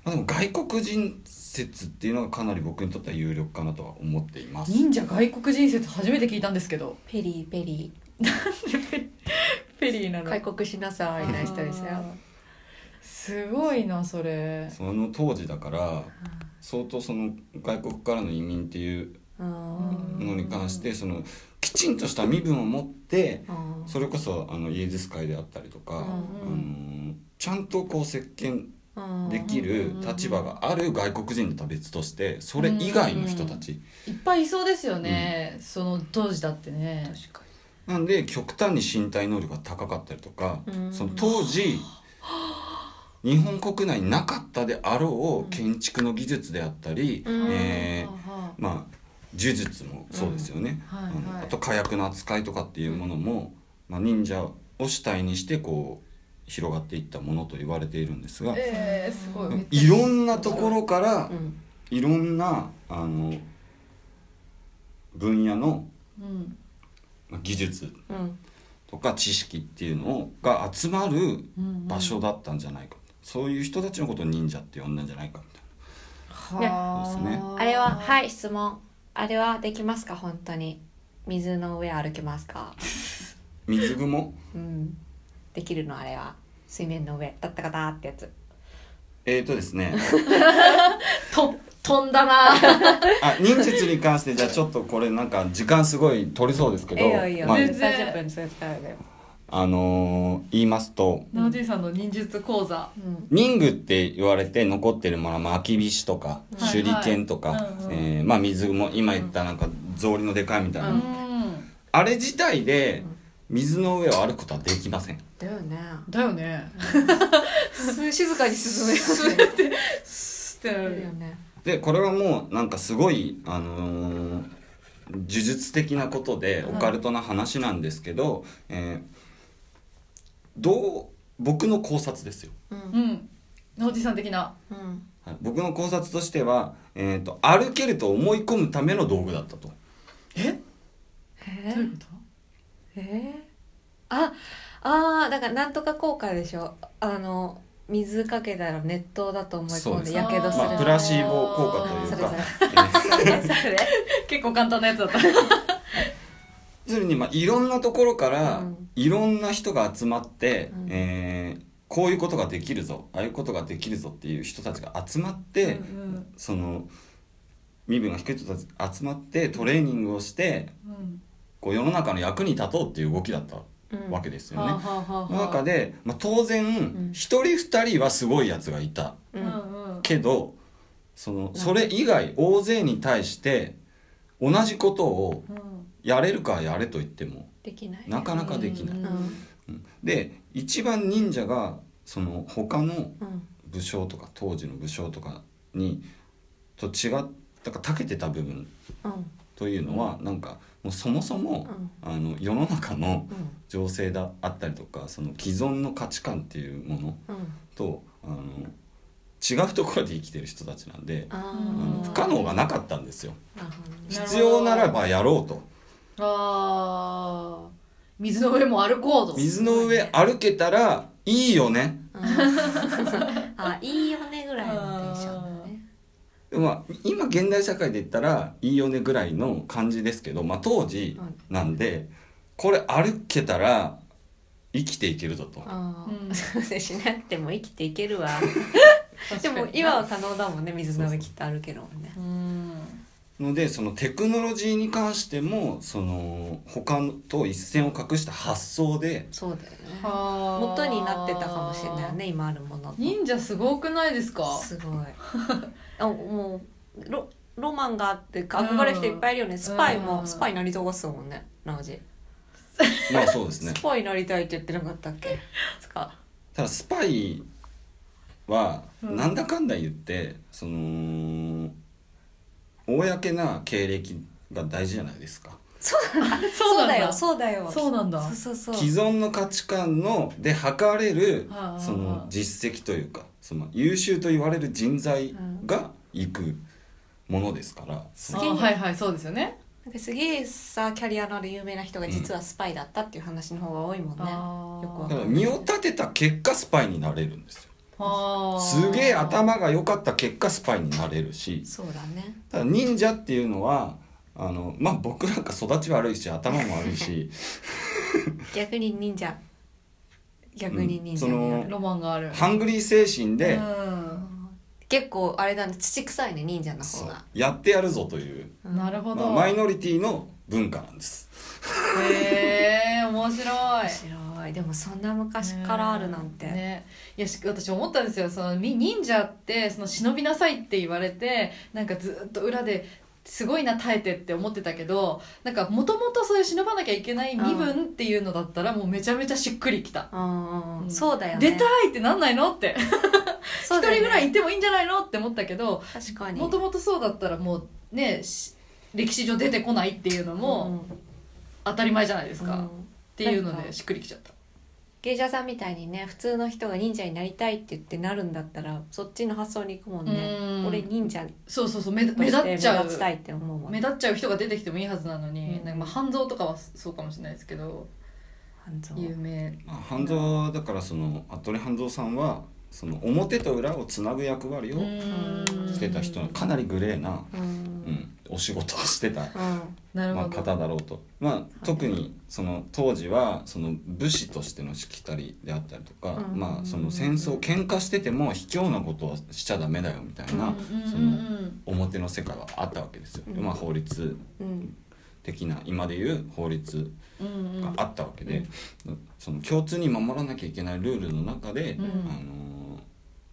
[SPEAKER 4] まあ、でも外国人説っていうのがかなり僕にとっては有力かなとは思っています。
[SPEAKER 2] 忍者外国人説初めて聞いたんですけど
[SPEAKER 3] ペリーペリ
[SPEAKER 2] ペリーな
[SPEAKER 3] ー開国しなさいな人ですよ
[SPEAKER 2] あーすごいなそれ
[SPEAKER 4] その当時だから相当その外国からの移民っていう
[SPEAKER 3] うん
[SPEAKER 4] のに関してそのきちんとした身分を持って
[SPEAKER 3] うん
[SPEAKER 4] それこそあのイエズス会であったりとか、
[SPEAKER 2] う
[SPEAKER 4] あ
[SPEAKER 2] ん
[SPEAKER 4] のーちゃんとこう接見
[SPEAKER 3] うん
[SPEAKER 4] できる立場がある外国人とは別としてそれ以外の人たち
[SPEAKER 2] いっぱいいそうですよね、その当時だってね
[SPEAKER 3] 確か
[SPEAKER 4] なんで極端に身体能力が高かったりとか
[SPEAKER 3] うん
[SPEAKER 4] その当時日本国内になかったであろう建築の技術であったり
[SPEAKER 3] うん
[SPEAKER 4] えー
[SPEAKER 2] はあは
[SPEAKER 4] まあ呪術もそうですよね
[SPEAKER 2] あはい
[SPEAKER 4] あの
[SPEAKER 2] は
[SPEAKER 4] あ
[SPEAKER 2] い
[SPEAKER 4] と火薬の扱いとかっていうものもまあ忍者を主体にしてこう広がっていったものと言われているんですが
[SPEAKER 2] えー、すごいめっちゃ
[SPEAKER 4] いろんなところから
[SPEAKER 3] にうん
[SPEAKER 4] いろんなあの分野の
[SPEAKER 2] うん
[SPEAKER 4] まあ技術
[SPEAKER 3] うん
[SPEAKER 4] とか知識っていうのが集まる
[SPEAKER 2] うんうん
[SPEAKER 4] 場所だったんじゃないか、そういう人たちのことを忍者って呼んだんじゃないかみたい
[SPEAKER 2] は
[SPEAKER 4] そうですね
[SPEAKER 3] あれははい質問あれはできますか本当に水の上歩けますか
[SPEAKER 4] 水雲
[SPEAKER 3] うんできるのあれは水面の上だったかなってやつ
[SPEAKER 4] えーとですね
[SPEAKER 3] と飛んだ な
[SPEAKER 4] あ忍術に関してじゃあちょっとこれなんか時間すごい取りそうですけど
[SPEAKER 3] ええよいいよ
[SPEAKER 4] まあ
[SPEAKER 2] 全然
[SPEAKER 3] 30分それ使うよ
[SPEAKER 4] あのー言いますと
[SPEAKER 2] ナオジーさんの忍術講座
[SPEAKER 3] うん
[SPEAKER 4] 忍具って言われて残ってるものは、まあ、きびしとか
[SPEAKER 2] はい
[SPEAKER 4] 手裏剣とか、
[SPEAKER 2] うんうん
[SPEAKER 4] えーまあ、水も今言ったなんか草履のでかいみたいな、
[SPEAKER 2] うん
[SPEAKER 4] あれ自体で水の上を歩くことはできません
[SPEAKER 3] だよね
[SPEAKER 2] だよね
[SPEAKER 3] 静かに進む
[SPEAKER 2] スー ってスーってな
[SPEAKER 3] よ
[SPEAKER 2] るよ
[SPEAKER 3] ね
[SPEAKER 4] でこれはもうなんかすごいあのー呪術的なことで
[SPEAKER 2] う
[SPEAKER 4] オ
[SPEAKER 2] ん
[SPEAKER 4] カルトな話なんですけど、えーどう僕の考察ですよ、
[SPEAKER 3] うん
[SPEAKER 2] うんナオジーさん的な
[SPEAKER 3] うん
[SPEAKER 4] はい僕の考察としては、えー、と歩けると思い込むための道具だったと
[SPEAKER 2] え
[SPEAKER 3] え
[SPEAKER 2] どういうこと
[SPEAKER 3] えー、ああーだからなんとか効果でしょあの水かけたら熱湯だと思い
[SPEAKER 4] そう
[SPEAKER 3] 込
[SPEAKER 4] んで
[SPEAKER 3] ですやけどする
[SPEAKER 4] まあ、プラシーボ効果というかえー
[SPEAKER 3] それそれ
[SPEAKER 2] 結構簡単なやつだった
[SPEAKER 4] 要するに、まあ、いろんなところから、
[SPEAKER 3] うん
[SPEAKER 4] いろんな人が集まって、
[SPEAKER 3] うん
[SPEAKER 4] えーこういうことができるぞああいうことができるぞっていう人たちが集まって、
[SPEAKER 2] うん
[SPEAKER 4] その身分が低い人たちが集まってトレーニングをして
[SPEAKER 2] うんうん
[SPEAKER 4] こう世の中の役に立とうっていう動きだった
[SPEAKER 3] うん
[SPEAKER 4] わけですよ
[SPEAKER 2] はあは
[SPEAKER 4] ね。
[SPEAKER 2] あはあ
[SPEAKER 4] その中で、まあ、当然
[SPEAKER 3] ん
[SPEAKER 4] 一人二人はすごいやつがいた
[SPEAKER 2] う
[SPEAKER 3] う
[SPEAKER 2] ん
[SPEAKER 3] ん
[SPEAKER 2] うん
[SPEAKER 4] けどそのそれ以外大勢に対して同じことを
[SPEAKER 2] うん
[SPEAKER 4] やれるかやれと言っても
[SPEAKER 3] できない
[SPEAKER 4] なかなかできない。
[SPEAKER 3] うん
[SPEAKER 4] うんで一番忍者がその他の
[SPEAKER 3] うん
[SPEAKER 4] 武将とか当時の武将とかにと違ったか長けてた部分
[SPEAKER 3] うん
[SPEAKER 4] というのはなんかもうそもそも、あの世の中の
[SPEAKER 3] うん
[SPEAKER 4] 情勢だあったりとかその既存の価値観っていうもの
[SPEAKER 3] うん
[SPEAKER 4] とあの違うところで生きてる人たちなんで、
[SPEAKER 3] あ
[SPEAKER 4] あの
[SPEAKER 2] うん
[SPEAKER 4] 不可能がなかったんですよ。
[SPEAKER 3] ーなるほどね
[SPEAKER 2] なるほど
[SPEAKER 4] 必要ならばやろうと
[SPEAKER 2] あー水の上も歩こうと
[SPEAKER 4] 水の上歩けたらいいよね。
[SPEAKER 3] うんあいいよねぐらいのテンションだね
[SPEAKER 4] でもまあ今現代社会で言ったらいいよねぐらいの感じですけど、まあ、当時なんでこれ歩けたら生きていけるぞと。
[SPEAKER 3] あ
[SPEAKER 2] うん
[SPEAKER 3] ーそうですしなくても生きていけるわ
[SPEAKER 2] 確
[SPEAKER 3] で
[SPEAKER 2] かに
[SPEAKER 3] も今は可能だもんね水の上きっと歩けるもんね
[SPEAKER 2] うん
[SPEAKER 4] のでそのテクノロジーに関してもその他と一線を画した発想で
[SPEAKER 3] そうだよね
[SPEAKER 2] はー
[SPEAKER 3] 元になってたかもしれないよね今あるものと
[SPEAKER 2] 忍者すごくないですか
[SPEAKER 3] す ごいあもうロロマンがあって憧れる人いっぱいいるよね、スパイも、
[SPEAKER 2] うん
[SPEAKER 3] スパイなりたがっすもんねナオジ
[SPEAKER 4] まあそうですね
[SPEAKER 3] スパイなりたいって言ってなかったっけつか
[SPEAKER 4] ただスパイは
[SPEAKER 2] うん
[SPEAKER 4] なんだかんだ言って、その公な経歴が大事じゃないですか
[SPEAKER 2] そうなんだ
[SPEAKER 3] そうだよ
[SPEAKER 2] そうなんだ
[SPEAKER 3] そうそうそう
[SPEAKER 4] 既存の価値観ので測れる
[SPEAKER 2] はあはあ
[SPEAKER 4] その実績というかその優秀と言われる人材が行くものですから、そ
[SPEAKER 3] す
[SPEAKER 4] の
[SPEAKER 3] げえ
[SPEAKER 2] あはいはいそうですよね
[SPEAKER 3] なんかすげえさキャリアのある有名な人が実はスパイだったっていう話の方が多いもんね
[SPEAKER 2] あー
[SPEAKER 3] よくわ
[SPEAKER 4] だ
[SPEAKER 3] か
[SPEAKER 4] から
[SPEAKER 3] る
[SPEAKER 4] 身を立てた結果スパイになれるんですよ。
[SPEAKER 2] はー
[SPEAKER 4] すげえ頭が良かった結果スパイになれるし
[SPEAKER 3] そうだね
[SPEAKER 4] ただ忍者っていうのはあのまあ僕なんか育ち悪いし頭も悪いし
[SPEAKER 3] 逆に忍者逆に忍者になる、
[SPEAKER 4] うんその
[SPEAKER 2] ロマンがある
[SPEAKER 4] ハングリー精神で、
[SPEAKER 2] うん
[SPEAKER 3] 結構あれだね土臭いね忍者の方
[SPEAKER 4] そう
[SPEAKER 3] が
[SPEAKER 4] やってやるぞという、
[SPEAKER 2] なるほ
[SPEAKER 4] ま
[SPEAKER 2] ど
[SPEAKER 4] あ、マイノリティの文化なんです。
[SPEAKER 2] へえ面白い
[SPEAKER 3] 面白いでもそんな昔からあるなんて、
[SPEAKER 2] ねねいやし私思ったんですよそのみ忍者ってその忍びなさいって言われてなんかずっと裏ですごいな耐えてって思ってたけどなんかもともとそういう忍ばなきゃいけない身分っていうのだったらもうめちゃめちゃしっくりきた、
[SPEAKER 3] うん
[SPEAKER 2] うん
[SPEAKER 3] そうだよね
[SPEAKER 2] 出たいってなんないのって一、
[SPEAKER 3] 一
[SPEAKER 2] 人ぐらいいてもいいんじゃないのって思ったけど
[SPEAKER 3] 確かに
[SPEAKER 2] もともとそうだったらもうねし歴史上出てこないっていうのも
[SPEAKER 3] うん
[SPEAKER 2] 当たり前じゃないですか、
[SPEAKER 3] う
[SPEAKER 2] っ
[SPEAKER 3] ん
[SPEAKER 2] ていうの
[SPEAKER 3] なん
[SPEAKER 2] で
[SPEAKER 3] か
[SPEAKER 2] しっくりきちゃった
[SPEAKER 3] 芸者さんみたいにね普通の人が忍者になりたいって言ってなるんだったらそっちの発想に行くもんね
[SPEAKER 2] うん
[SPEAKER 3] 俺忍者
[SPEAKER 2] そうそうそう目
[SPEAKER 3] と
[SPEAKER 2] 目
[SPEAKER 3] し
[SPEAKER 2] 立
[SPEAKER 3] て
[SPEAKER 2] っちゃ
[SPEAKER 3] 目
[SPEAKER 2] う
[SPEAKER 3] 立ちたいって思うもん
[SPEAKER 2] 目立っちゃう人が出てきてもいいはずなのに、
[SPEAKER 3] うん
[SPEAKER 2] なんかまあ半蔵とかはそうかもしれないですけど
[SPEAKER 3] 半蔵
[SPEAKER 2] 有名
[SPEAKER 4] まあ、半蔵だからその服部半蔵さんはその表と裏をつなぐ役割を
[SPEAKER 2] うん
[SPEAKER 4] してた人のかなりグレーな、
[SPEAKER 3] う
[SPEAKER 4] うんん、お仕事をしてた
[SPEAKER 3] うん
[SPEAKER 2] なる
[SPEAKER 4] まあ、
[SPEAKER 2] ほど、
[SPEAKER 4] 方だろうと、まあ、特にその当時はその武士としてのしきたりであったりとか、
[SPEAKER 3] うん
[SPEAKER 4] まあ、その戦争喧嘩してても卑怯なことをしちゃダメだよみたいな、その表の世界はあったわけですよ。
[SPEAKER 3] うん
[SPEAKER 4] まあ、法律
[SPEAKER 3] うん
[SPEAKER 4] 的な今でいう法律
[SPEAKER 2] うんうんうんうん
[SPEAKER 4] があったわけで、その共通に守らなきゃいけないルールの中で、
[SPEAKER 2] うん
[SPEAKER 4] あのー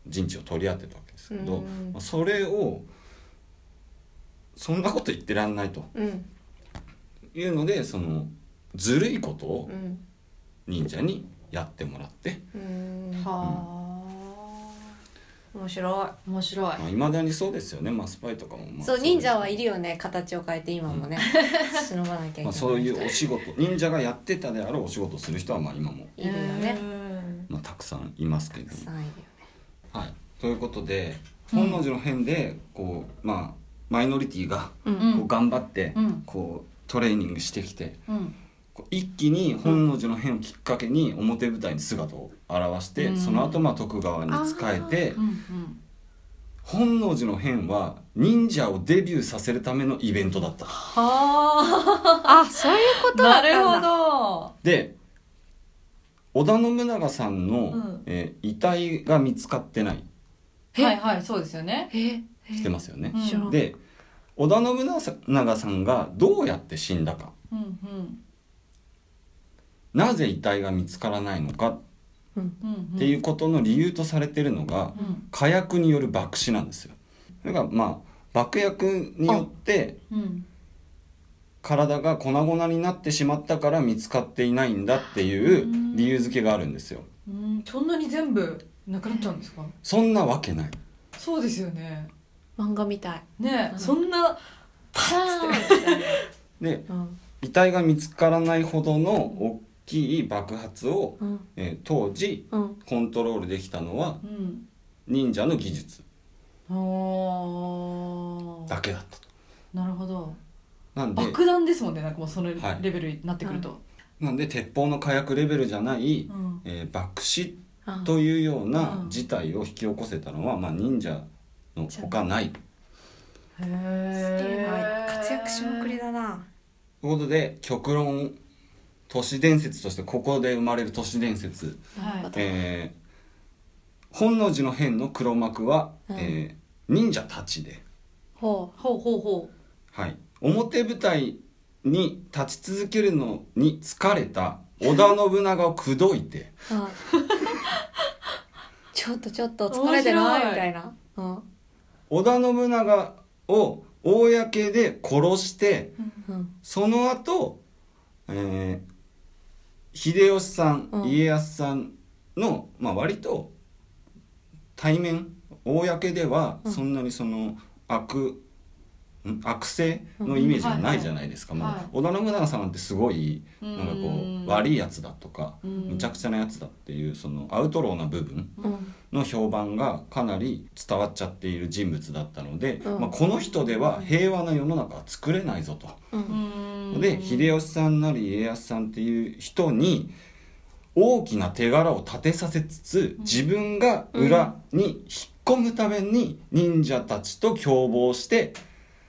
[SPEAKER 4] 陣地を取り合ってたわけですけど、
[SPEAKER 3] うん
[SPEAKER 4] まあそれをそんなこと言ってらんないと。
[SPEAKER 3] うん
[SPEAKER 4] いうのでそのずるいことを
[SPEAKER 3] うん
[SPEAKER 4] 忍者にやってもらって
[SPEAKER 3] うん
[SPEAKER 2] は
[SPEAKER 3] 面白い
[SPEAKER 2] あ面白い
[SPEAKER 4] まあ、未だにそうですよね、まあ、スパイとかも、まあ、
[SPEAKER 3] そう忍者はいいるよね形を変えて今 もね忍ばなきゃいけない
[SPEAKER 4] まあ、そういうお仕事忍者がやってたであろうお仕事をする人はまあ今も、
[SPEAKER 3] いるよね
[SPEAKER 2] うん
[SPEAKER 4] まあ、たくさんいますけ
[SPEAKER 3] た
[SPEAKER 4] ど
[SPEAKER 3] くさんいるよね
[SPEAKER 4] はい、ということで
[SPEAKER 2] うん
[SPEAKER 4] 本能寺の変でこう、まあ、マイノリティが
[SPEAKER 3] う
[SPEAKER 4] こ
[SPEAKER 2] ん
[SPEAKER 4] う頑張って、
[SPEAKER 2] うん
[SPEAKER 4] こうトレーニングしてきて
[SPEAKER 2] うん
[SPEAKER 4] こう一気に本能寺の変をきっかけに表舞台に姿を現して、
[SPEAKER 2] うん
[SPEAKER 4] その後まあ徳川に仕えて。
[SPEAKER 2] うんうん
[SPEAKER 4] 本能寺の変は忍者をデビューさせるためのイベントだった
[SPEAKER 2] は
[SPEAKER 3] あそういうこ
[SPEAKER 2] あなるほど
[SPEAKER 4] で織田信長さんの、
[SPEAKER 2] うん
[SPEAKER 4] えー遺体が見つかってない
[SPEAKER 3] え
[SPEAKER 2] はいはいそうですよね
[SPEAKER 3] ええ
[SPEAKER 4] してますよね、
[SPEAKER 2] うん
[SPEAKER 3] 知らん
[SPEAKER 4] で織田信長さんがどうやって死んだか
[SPEAKER 2] うんうん
[SPEAKER 4] なぜ遺体が見つからないのか
[SPEAKER 2] うんうん
[SPEAKER 4] っていうことの理由とされてるのが、
[SPEAKER 2] うん
[SPEAKER 4] 火薬による爆死なんですよだからまあ爆薬によって
[SPEAKER 2] うん
[SPEAKER 4] 体が粉々になってしまったから見つかっていないんだっていう理由付けがあるんですよ
[SPEAKER 2] うんそんなに全部なくなっちゃうんですか
[SPEAKER 4] そんなわけない
[SPEAKER 2] そうですよね
[SPEAKER 3] 漫画みたい
[SPEAKER 2] ね
[SPEAKER 3] うん
[SPEAKER 2] そんな
[SPEAKER 3] パーン
[SPEAKER 4] で
[SPEAKER 3] うん
[SPEAKER 4] 遺体が見つからないほどの大きい爆発を、
[SPEAKER 3] うん
[SPEAKER 4] えー当時
[SPEAKER 3] うん
[SPEAKER 4] コントロールできたのは
[SPEAKER 2] うん
[SPEAKER 4] 忍者の技術
[SPEAKER 2] おー
[SPEAKER 4] だけだったと
[SPEAKER 2] なるほど
[SPEAKER 4] なんで
[SPEAKER 2] 爆弾ですもんねなんかもうその
[SPEAKER 4] はい
[SPEAKER 2] レベルになってくると
[SPEAKER 4] なんで鉄砲の火薬レベルじゃない、
[SPEAKER 2] うん
[SPEAKER 4] えー爆死
[SPEAKER 3] あ
[SPEAKER 4] というよう
[SPEAKER 2] う
[SPEAKER 4] なん事態を引き起こせたのは、まあ、忍者のほかない
[SPEAKER 2] へ
[SPEAKER 3] すげえ
[SPEAKER 2] え
[SPEAKER 3] な活躍しまくりだな
[SPEAKER 4] ということで極論都市伝説としてここで生まれる都市伝説
[SPEAKER 2] はい
[SPEAKER 4] えー本能寺の変の黒幕は、
[SPEAKER 3] うん
[SPEAKER 4] えー忍者たちで、
[SPEAKER 3] ほ
[SPEAKER 2] ほうほうほ
[SPEAKER 4] はい、表舞台に立ち続けるのに疲れた織田信長を口説いて
[SPEAKER 3] ううんちょっとちょっと疲れて
[SPEAKER 2] 面
[SPEAKER 3] な
[SPEAKER 2] 白い
[SPEAKER 3] いみたいなうん
[SPEAKER 4] 織田信長を公で殺して
[SPEAKER 3] うん
[SPEAKER 4] その後、えー秀吉さん、
[SPEAKER 3] うん
[SPEAKER 4] 家康さんの、まあ、割と対面公では
[SPEAKER 3] うん
[SPEAKER 4] そんなにその悪、ん悪性のイメージがないじゃないですか、
[SPEAKER 2] うん
[SPEAKER 4] まあ
[SPEAKER 2] はい
[SPEAKER 4] 織田信長さんってすごいなんかこ
[SPEAKER 2] う
[SPEAKER 4] うん悪いやつだとか
[SPEAKER 2] ううん
[SPEAKER 4] むちゃくちゃなやつだっていうそのアウトローな部分
[SPEAKER 3] うん
[SPEAKER 4] の評判がかなり伝わっちゃっている人物だったので、
[SPEAKER 3] うん
[SPEAKER 4] まあ、この人では平和な世の中は作れないぞと。
[SPEAKER 3] う
[SPEAKER 2] うんん
[SPEAKER 4] で秀吉さんなり家康さんっていう人に大きな手柄を立てさせつつ自分が裏に引っ込むために忍者たちと共謀して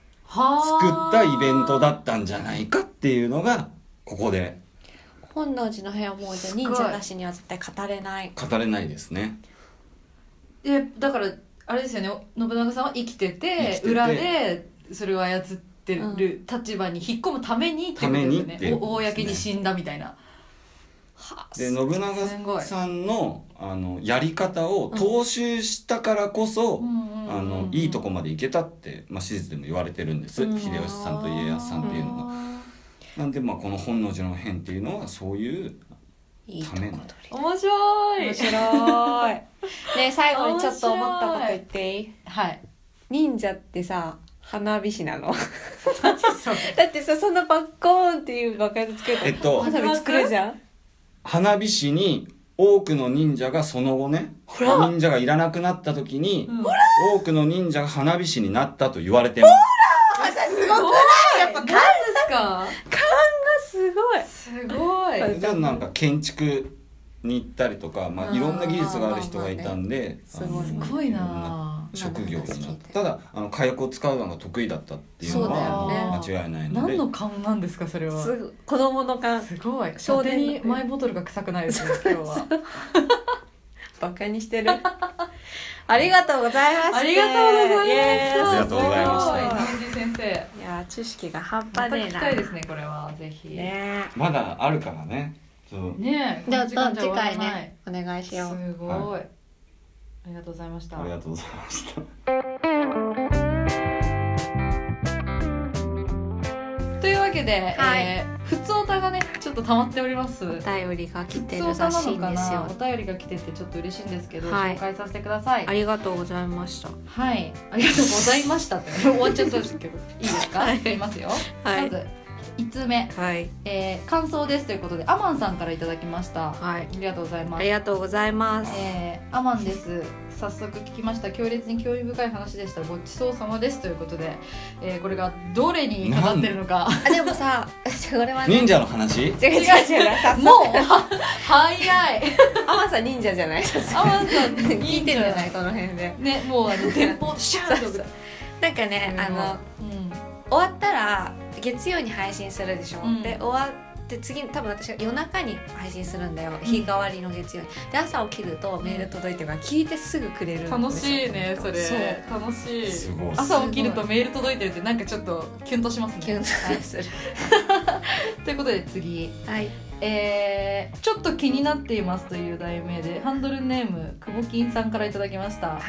[SPEAKER 4] 作
[SPEAKER 2] はあ
[SPEAKER 4] ったイベントだったんじゃないかっていうのがここで
[SPEAKER 3] 本能寺の部屋もうじゃあ忍者なしには絶対語れない
[SPEAKER 4] 語れないですね。
[SPEAKER 2] えだからあれですよね信長さんは生きてて
[SPEAKER 4] 生きてて
[SPEAKER 2] 裏でそれを操ってる立場に引っ込むためにってことですよ
[SPEAKER 4] ために
[SPEAKER 2] ね
[SPEAKER 4] っていう
[SPEAKER 2] お
[SPEAKER 4] ことですね
[SPEAKER 2] 公に死んだみたいな
[SPEAKER 3] はあ
[SPEAKER 4] で信長さんのあのやり方を踏襲したからこそ、あのいいとこまで行けたって、まあ、史実でも言われてるんです、
[SPEAKER 3] うん
[SPEAKER 4] 秀吉さんと家康さんっていうのが。なんでまあこの本能寺の変っていうのはそういう
[SPEAKER 3] いいとこ取り
[SPEAKER 2] 面白い
[SPEAKER 3] 面白いね最後にちょっと思ったこと言っていい
[SPEAKER 2] はい
[SPEAKER 3] 忍者ってさ花火師なの
[SPEAKER 2] そう
[SPEAKER 3] だってさそんなバッコーンっていう爆発作る
[SPEAKER 4] えっと
[SPEAKER 3] 花火作るじゃん
[SPEAKER 4] 花火師に多くの忍者がその後ね
[SPEAKER 3] ら
[SPEAKER 4] 忍者がいらなくなった時に
[SPEAKER 2] うん
[SPEAKER 4] 多くの忍者が花火師になったと言われてます
[SPEAKER 2] すごいやっぱ何ですか
[SPEAKER 3] すごい
[SPEAKER 2] すごい
[SPEAKER 4] じゃあなんか建築に行ったりとか、ま
[SPEAKER 2] あ
[SPEAKER 4] あ、
[SPEAKER 2] ー
[SPEAKER 4] いろんな技術がある人がいたんで、
[SPEAKER 1] まあまあね
[SPEAKER 4] あ
[SPEAKER 1] す
[SPEAKER 4] の
[SPEAKER 2] すごい
[SPEAKER 4] ろん
[SPEAKER 2] な
[SPEAKER 4] 職業に
[SPEAKER 1] な
[SPEAKER 4] な
[SPEAKER 1] んか話聞い
[SPEAKER 4] ってたただあの火薬を使うのが得意だったっていう
[SPEAKER 2] そ
[SPEAKER 4] の
[SPEAKER 2] うだよ
[SPEAKER 4] は
[SPEAKER 2] ね
[SPEAKER 4] 間違いないの
[SPEAKER 2] 何
[SPEAKER 4] で
[SPEAKER 2] の勘なんですかそれは
[SPEAKER 3] すごい子供の感
[SPEAKER 2] すごい
[SPEAKER 3] 少
[SPEAKER 2] 勝
[SPEAKER 3] 年
[SPEAKER 2] 手にマイボトルが臭くないですね今日は
[SPEAKER 3] バカにしてる ありがとうございました
[SPEAKER 2] ありがとうございました
[SPEAKER 3] イエーイ
[SPEAKER 4] ありがとうございました
[SPEAKER 2] すごい天神先
[SPEAKER 3] いやー知識が半
[SPEAKER 2] 生また聞
[SPEAKER 3] 端ねえ
[SPEAKER 2] き
[SPEAKER 3] な
[SPEAKER 2] たいですねこれはぜひね
[SPEAKER 3] ね
[SPEAKER 4] まだあるからねそう
[SPEAKER 2] え
[SPEAKER 3] じゃ
[SPEAKER 2] この
[SPEAKER 3] あ
[SPEAKER 2] 時間じゃ終
[SPEAKER 3] 次
[SPEAKER 2] わら
[SPEAKER 3] 回
[SPEAKER 2] ない
[SPEAKER 3] ねお願いし
[SPEAKER 2] す
[SPEAKER 3] よう
[SPEAKER 2] ごい、
[SPEAKER 4] は
[SPEAKER 2] ありがとうございました
[SPEAKER 4] ありがとうございました
[SPEAKER 2] というわけで、
[SPEAKER 3] はい
[SPEAKER 2] えー、普通歌がねちょっと溜まっております
[SPEAKER 3] お便りが来て
[SPEAKER 2] 普通歌
[SPEAKER 3] るら
[SPEAKER 2] な
[SPEAKER 3] しい
[SPEAKER 2] の
[SPEAKER 3] ん
[SPEAKER 2] か
[SPEAKER 3] です
[SPEAKER 2] な
[SPEAKER 3] よ
[SPEAKER 2] お便りが来ててちょっと嬉しいんですけど、
[SPEAKER 3] はい
[SPEAKER 2] 紹介させてください
[SPEAKER 3] ありがとうございました
[SPEAKER 2] はいありがとうございましたって 終わっちゃったんですけどいいですか、
[SPEAKER 3] はい
[SPEAKER 2] 言いますよ、
[SPEAKER 3] は
[SPEAKER 2] ま
[SPEAKER 3] い
[SPEAKER 2] ず5つ目、
[SPEAKER 3] はい
[SPEAKER 2] えー感想ですということでアマンさんからいただきましたあ
[SPEAKER 3] はい
[SPEAKER 2] りがとうございま
[SPEAKER 3] あ
[SPEAKER 2] す
[SPEAKER 3] りがとうございます
[SPEAKER 2] えー、アマンです早速聞きました強烈に興味深い話でしたごちそうさまですということで、えー、これがどれにかかってるのか
[SPEAKER 3] あでもさ これはね
[SPEAKER 4] 忍者の話
[SPEAKER 3] 違う違う違うさ
[SPEAKER 2] もう 早い
[SPEAKER 3] アマンさん忍者じゃない
[SPEAKER 2] アマンさん
[SPEAKER 3] 聞いてるじゃない
[SPEAKER 2] い
[SPEAKER 3] この辺で
[SPEAKER 2] ねもうあの電報シャー
[SPEAKER 3] そう
[SPEAKER 2] ッ
[SPEAKER 3] そ
[SPEAKER 2] と
[SPEAKER 3] うなんかねあの終わったら月曜に配信するでしょ、
[SPEAKER 2] うん
[SPEAKER 3] で終わって次多分私が夜中に配信するんだよ日替わりの月曜にで朝起きるとメール届いてるから聞いてすぐくれるんですよ
[SPEAKER 2] 楽しいねそれ
[SPEAKER 3] そう
[SPEAKER 2] 楽しい
[SPEAKER 4] すごい
[SPEAKER 2] 朝起きるとメール届いてるってなんかちょっとキュンとしますね
[SPEAKER 3] キュン
[SPEAKER 2] はい
[SPEAKER 3] とする
[SPEAKER 2] ということで次
[SPEAKER 3] はい
[SPEAKER 2] えーちょっと気になっていますという題名でハンドルネームくぼきんさんからいただきました
[SPEAKER 3] はい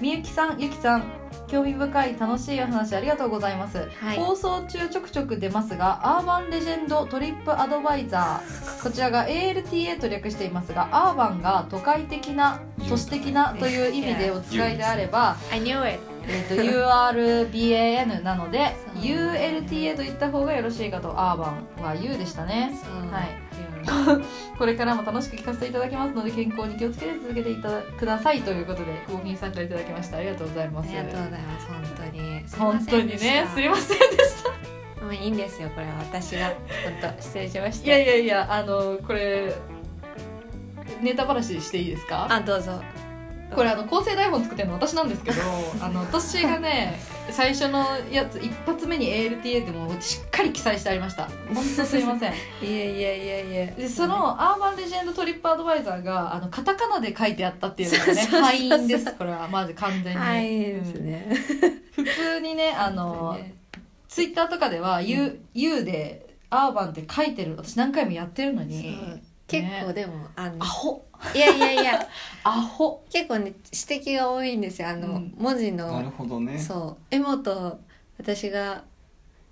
[SPEAKER 2] みゆきさんゆきさん興味深い楽しいお話ありがとうございます、
[SPEAKER 3] はい
[SPEAKER 2] 放送中ちょくちょく出ますがアーバンレジェンドトリップアドバイザーこちらが ALTA と略していますがアーバンが都会的な都市的なという意味でお使いであれば、
[SPEAKER 3] I knew it
[SPEAKER 2] えっと URBAN なので
[SPEAKER 3] そう
[SPEAKER 2] ULTA と言った方がよろしいかとアーバンは U でしたねは
[SPEAKER 3] はい
[SPEAKER 2] これからも楽しく聞かせていただきますので健康に気をつけて続けていただくださいということでコーヒーさんからいただきましたありがとうございま
[SPEAKER 3] あ
[SPEAKER 2] す
[SPEAKER 3] りがとうございます本当にすいま
[SPEAKER 2] 本
[SPEAKER 3] せ
[SPEAKER 2] 当
[SPEAKER 3] ん
[SPEAKER 2] に
[SPEAKER 3] でした
[SPEAKER 2] ねすいませんでした
[SPEAKER 3] もういいんですよこれは私が本当失礼しました
[SPEAKER 2] いやいやいやあのこれネタバラシしていいですか
[SPEAKER 3] あどうぞ
[SPEAKER 2] これあの構成台本作ってるの私なんです けどあの私がね最初のやつ一発目に ALTA でもしっかり記載してありました本当すいませ ん
[SPEAKER 3] いやいやいやいや
[SPEAKER 2] でそのアーバンレジェンドトリップアドバイザーがあのカタカナで書いてあったっていうのがね
[SPEAKER 3] そうそうそう
[SPEAKER 2] 敗因ですこれはまず完全に、
[SPEAKER 3] はいですね
[SPEAKER 2] 普通にねあ のツイッターとかでは U,、U でアーバンって書いてる私何回もやってるのに
[SPEAKER 3] そう結構でもあの
[SPEAKER 2] アホ
[SPEAKER 3] いやいやいや
[SPEAKER 2] アホ
[SPEAKER 3] 結構ね指摘が多いんですよあの、
[SPEAKER 2] うん
[SPEAKER 3] 文字
[SPEAKER 4] なる
[SPEAKER 3] の
[SPEAKER 4] ほどね
[SPEAKER 3] そうエモと私が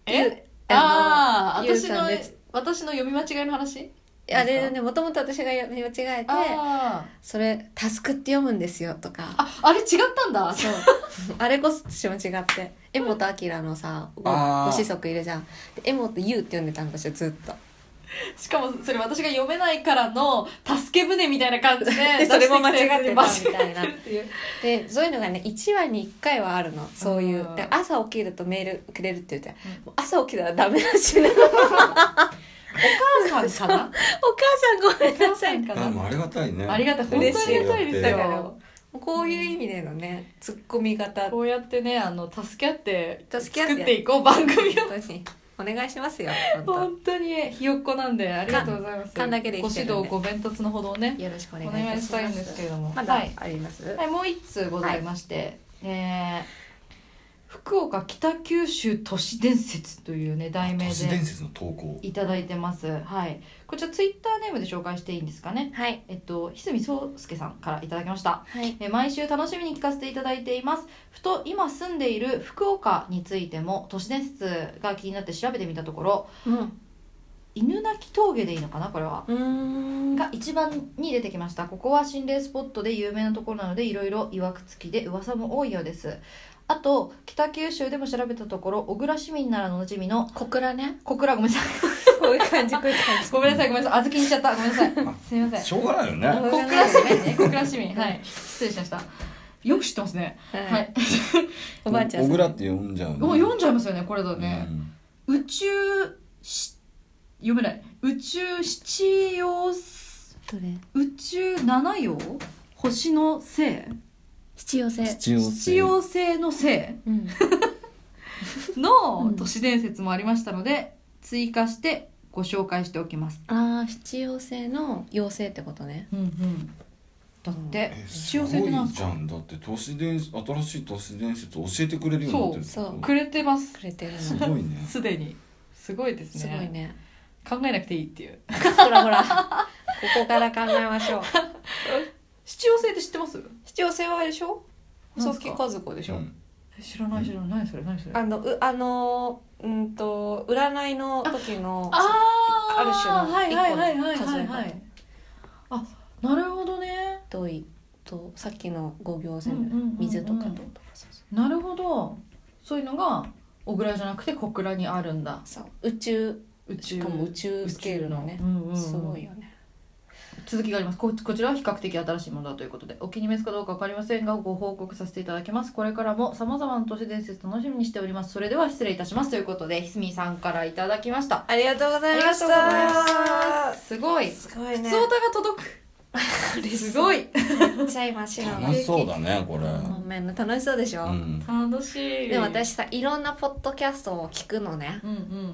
[SPEAKER 2] え
[SPEAKER 3] あ
[SPEAKER 2] ああ
[SPEAKER 3] の
[SPEAKER 2] ー私の
[SPEAKER 3] ゆうさんです
[SPEAKER 2] 私の読み間違いの話
[SPEAKER 3] あれでねもともと私が見間違えて
[SPEAKER 2] あー
[SPEAKER 3] それ「タスク」って読むんですよとか
[SPEAKER 2] ああれ違ったんだ
[SPEAKER 3] そうあれこそ私も違ってエモとアキラのさご
[SPEAKER 4] あー
[SPEAKER 3] ご子息いるじゃんでエモとユウって読んでたんですよずっと
[SPEAKER 2] しかもそれ私が読めないからの助け舟みたいな感じで
[SPEAKER 3] でそれも間違ってたみたいな
[SPEAKER 2] 間違ってるっていう
[SPEAKER 3] でそういうのがね1話に1回はあるのそういう
[SPEAKER 2] うん
[SPEAKER 3] だから朝起きるとメールくれるって言って
[SPEAKER 2] うん
[SPEAKER 3] もう朝起きたらダメだしな お
[SPEAKER 2] お母さんかな
[SPEAKER 3] 母さんごめん
[SPEAKER 2] お母
[SPEAKER 3] なさい
[SPEAKER 4] あ
[SPEAKER 2] さ
[SPEAKER 4] で
[SPEAKER 2] んか
[SPEAKER 4] もありがたいね
[SPEAKER 2] なありがたい本当に
[SPEAKER 3] 嬉しい
[SPEAKER 2] ありがたいです
[SPEAKER 3] だから
[SPEAKER 2] よ
[SPEAKER 3] こういう意味でのねツッコミ型
[SPEAKER 2] こうやってねあの助け合って
[SPEAKER 3] 助け合って
[SPEAKER 2] 作っていこう番組を
[SPEAKER 3] 本当にお願いしますよ本
[SPEAKER 2] 本当にひよっこなんでありがとうございます
[SPEAKER 3] 勘だけで
[SPEAKER 2] ご
[SPEAKER 3] 生きて
[SPEAKER 2] 指
[SPEAKER 3] るん
[SPEAKER 2] 導
[SPEAKER 3] で
[SPEAKER 2] ご鞭達のほどをね
[SPEAKER 3] 当よろしくお
[SPEAKER 2] お
[SPEAKER 3] 願いい
[SPEAKER 2] 願
[SPEAKER 3] た
[SPEAKER 2] い
[SPEAKER 3] し
[SPEAKER 2] した
[SPEAKER 3] ま
[SPEAKER 2] いん
[SPEAKER 3] す
[SPEAKER 2] ですけれども
[SPEAKER 3] ま
[SPEAKER 2] は
[SPEAKER 3] だ
[SPEAKER 2] い
[SPEAKER 3] あります、
[SPEAKER 2] はい、もう一通ございまして、えー福岡北九州都市伝説というね題名
[SPEAKER 4] 都市伝
[SPEAKER 2] で
[SPEAKER 4] 説の投稿
[SPEAKER 2] いただいてます。はい、こちらツイッターネームで紹介していいんですかね。
[SPEAKER 3] はい
[SPEAKER 2] えっと、ひすみそうすけさんからいただきました。
[SPEAKER 3] はい
[SPEAKER 2] えー毎週楽しみに聞かせていただいていますふと今住んでいる福岡についても都市伝説が気になって調べてみたところ
[SPEAKER 3] うん
[SPEAKER 2] 犬鳴峠でいいのかなこれは
[SPEAKER 3] うー ん
[SPEAKER 2] が一番に出てきましたここは心霊スポットで有名なところなのでいろいろいわくつきで噂も多いようですあと北九州でも調べたところ小倉市民ならのおなじみの
[SPEAKER 3] 小倉ね
[SPEAKER 2] 小倉ごめんなさい
[SPEAKER 3] こういう感じこういう感じ
[SPEAKER 2] ごめんなさいごめんなさい小豆にしちゃったごめんなさい すみません
[SPEAKER 4] しょうがないよね
[SPEAKER 2] 小倉市民ね小倉市民はい失礼しましたよく知ってますね
[SPEAKER 3] はい、
[SPEAKER 2] はい
[SPEAKER 3] おばあちゃん
[SPEAKER 4] 小倉って呼んじゃう
[SPEAKER 2] もう読んじゃいますよねこれだとね
[SPEAKER 4] う、ん
[SPEAKER 2] 宇宙し読めない宇宙七曜
[SPEAKER 3] どれ
[SPEAKER 5] 宇宙七曜星のせ
[SPEAKER 3] 必要性
[SPEAKER 4] 必
[SPEAKER 5] い
[SPEAKER 4] 要性
[SPEAKER 5] 必要性のせ
[SPEAKER 3] うん
[SPEAKER 5] いの
[SPEAKER 3] うん
[SPEAKER 5] 都市伝説もありましたので追加してご紹介しておきます
[SPEAKER 3] ああ必要性の要請ってことね
[SPEAKER 5] うんうんだって
[SPEAKER 4] え
[SPEAKER 5] 必要性ってなんです
[SPEAKER 4] すごい
[SPEAKER 5] か
[SPEAKER 4] じゃんだって都市伝説新しい都市伝説教えてくれるようになってるってこと
[SPEAKER 3] そう
[SPEAKER 5] くれてます
[SPEAKER 3] くれてるの
[SPEAKER 4] すごいね
[SPEAKER 5] すでにすごいですね
[SPEAKER 3] すごいね
[SPEAKER 5] 考えなくていいっていう
[SPEAKER 3] ほらほらここから考えまし ょう
[SPEAKER 5] 必要性って知ってます
[SPEAKER 3] 必要性はあれでしょ
[SPEAKER 5] なん
[SPEAKER 3] 細
[SPEAKER 5] すか
[SPEAKER 3] 木和子でしょ、
[SPEAKER 4] うん
[SPEAKER 5] 知らない知らない何それ何それ
[SPEAKER 3] あのうあのーうんと占いの時の
[SPEAKER 5] あ
[SPEAKER 3] ある種の
[SPEAKER 5] はいはいはいはい
[SPEAKER 3] 一個の
[SPEAKER 5] は
[SPEAKER 3] 数
[SPEAKER 5] い
[SPEAKER 3] え
[SPEAKER 5] はいあなるほどね
[SPEAKER 3] どういとさっきの五行
[SPEAKER 5] うんうんうんうん
[SPEAKER 3] 線水とかと
[SPEAKER 5] なるほどそういうのが小倉じゃなくて小倉にあるんだ
[SPEAKER 3] そう宇宙
[SPEAKER 5] 宇宙
[SPEAKER 3] しかも宇宙スケールのね
[SPEAKER 5] 宇宙うんうんうん
[SPEAKER 3] すごいよね
[SPEAKER 5] 続きがありますここちらは比較的新しいものだということでお気に召すかどうか分かりませんがご報告させていただきますこれからも様々な都市伝説楽しみにしておりますそれでは失礼いたしますということでひすみさんからいただきました
[SPEAKER 3] ありがとうご
[SPEAKER 5] あ
[SPEAKER 3] ざ
[SPEAKER 5] り
[SPEAKER 3] い
[SPEAKER 5] が
[SPEAKER 3] ま
[SPEAKER 5] と
[SPEAKER 3] し
[SPEAKER 5] うござい
[SPEAKER 3] た
[SPEAKER 5] ますすごい
[SPEAKER 3] すごい
[SPEAKER 5] 普
[SPEAKER 3] ね
[SPEAKER 5] 通歌が届くすごい
[SPEAKER 3] めっちゃ今シロが
[SPEAKER 4] 楽しそうだねこれ
[SPEAKER 3] ごめんね楽しそうでしょ、
[SPEAKER 4] うん
[SPEAKER 5] 楽しい
[SPEAKER 3] でも私さいろんなポッドキャストを聞くのね
[SPEAKER 5] うんう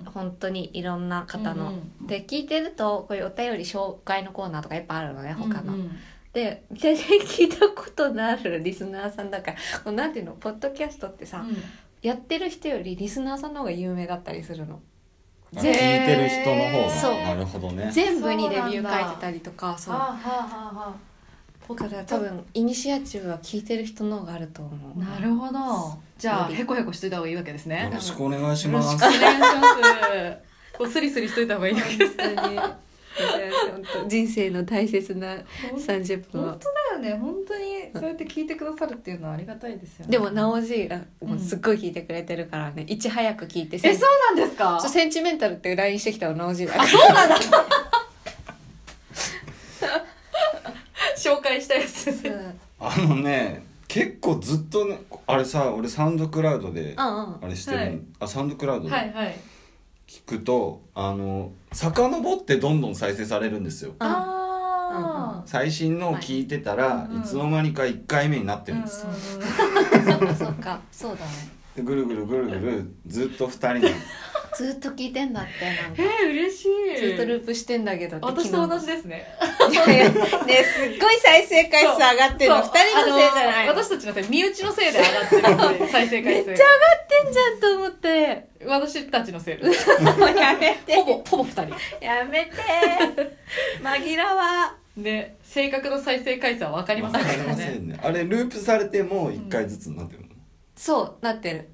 [SPEAKER 5] ん
[SPEAKER 3] 本当にいろんな方の、
[SPEAKER 5] うんうん
[SPEAKER 3] で聞いてるとこういうお便り紹介のコーナーとかいっぱいあるのね他の、
[SPEAKER 5] うんうん
[SPEAKER 3] で全然聞いたことのあるリスナーさんだからこうなんていうのポッドキャストってさ、やってる人よりリスナーさんの方が有名だったりするの
[SPEAKER 4] あ聞いてる人の
[SPEAKER 3] そ
[SPEAKER 4] 方
[SPEAKER 3] う
[SPEAKER 4] がなるほどね
[SPEAKER 3] 全部にレビ
[SPEAKER 5] そう
[SPEAKER 3] ュ
[SPEAKER 5] なんだ
[SPEAKER 3] ー書いてたりとかそう
[SPEAKER 5] はあはあはあは
[SPEAKER 3] だから多分イニシアチブは聞いてる人の方があると思
[SPEAKER 5] あ
[SPEAKER 3] う
[SPEAKER 5] なるほどじゃあ
[SPEAKER 3] より
[SPEAKER 5] へこへこしといた方がいいわけですね
[SPEAKER 4] よろしくお願いし
[SPEAKER 5] よろ
[SPEAKER 4] ま
[SPEAKER 5] しくお
[SPEAKER 4] す
[SPEAKER 5] 願いします。こうスリスリしといた方がいいわけです。
[SPEAKER 3] 本当に本当 人生の大切な30分
[SPEAKER 5] 本
[SPEAKER 3] は
[SPEAKER 5] 当だよね。本当にそうやって聞いてくださるっていうのはありがたいですよね。
[SPEAKER 3] でも
[SPEAKER 5] お
[SPEAKER 3] なおじいがもうすっごい聞いてくれてるからねいち早く聞いて
[SPEAKER 5] えそうなんですか
[SPEAKER 3] そう。センチメンタルって LINE してきたのなおじいだから
[SPEAKER 5] 紹介したやつですね。
[SPEAKER 4] あのね結構ずっとねあれさ俺サウンドクラウドで
[SPEAKER 3] うんうん
[SPEAKER 4] あれしてる、
[SPEAKER 5] はい
[SPEAKER 4] あサウンドクラウド
[SPEAKER 5] は
[SPEAKER 4] で
[SPEAKER 5] いはい。
[SPEAKER 4] 聞くと、あの遡ってどんどん再生されるんですよ
[SPEAKER 5] ああ。
[SPEAKER 4] 最新のを聞いてたら、
[SPEAKER 5] い
[SPEAKER 4] い、つの間にか1回目になってるんです、
[SPEAKER 5] う
[SPEAKER 3] そっかそっかそうだね
[SPEAKER 4] でぐるぐるぐるぐるずっと2人に
[SPEAKER 3] ずっと聞いてんだってなんか
[SPEAKER 5] んうんえー嬉しい。
[SPEAKER 3] ずっとループしてんだけどって
[SPEAKER 5] 私と同じですね。
[SPEAKER 3] 昨日いやいやねすっごい再生回数上がってるの
[SPEAKER 5] そう
[SPEAKER 3] 二人のせいじゃない
[SPEAKER 5] あ
[SPEAKER 3] の
[SPEAKER 5] の私たちのせい、身内のせいで上がってるん で再生回数。
[SPEAKER 3] めっちゃ上がってんじゃんと思って
[SPEAKER 5] 私たちのせいです。
[SPEAKER 3] もうやめて
[SPEAKER 5] ほぼほぼ二人。
[SPEAKER 3] やめて紛らわ
[SPEAKER 5] ね正確な再生回数は分かりません
[SPEAKER 4] わ
[SPEAKER 5] か
[SPEAKER 4] かり
[SPEAKER 5] ら
[SPEAKER 4] ませ
[SPEAKER 5] ね。
[SPEAKER 4] んねあれループされても1回ずつになってるの、
[SPEAKER 3] そうなってる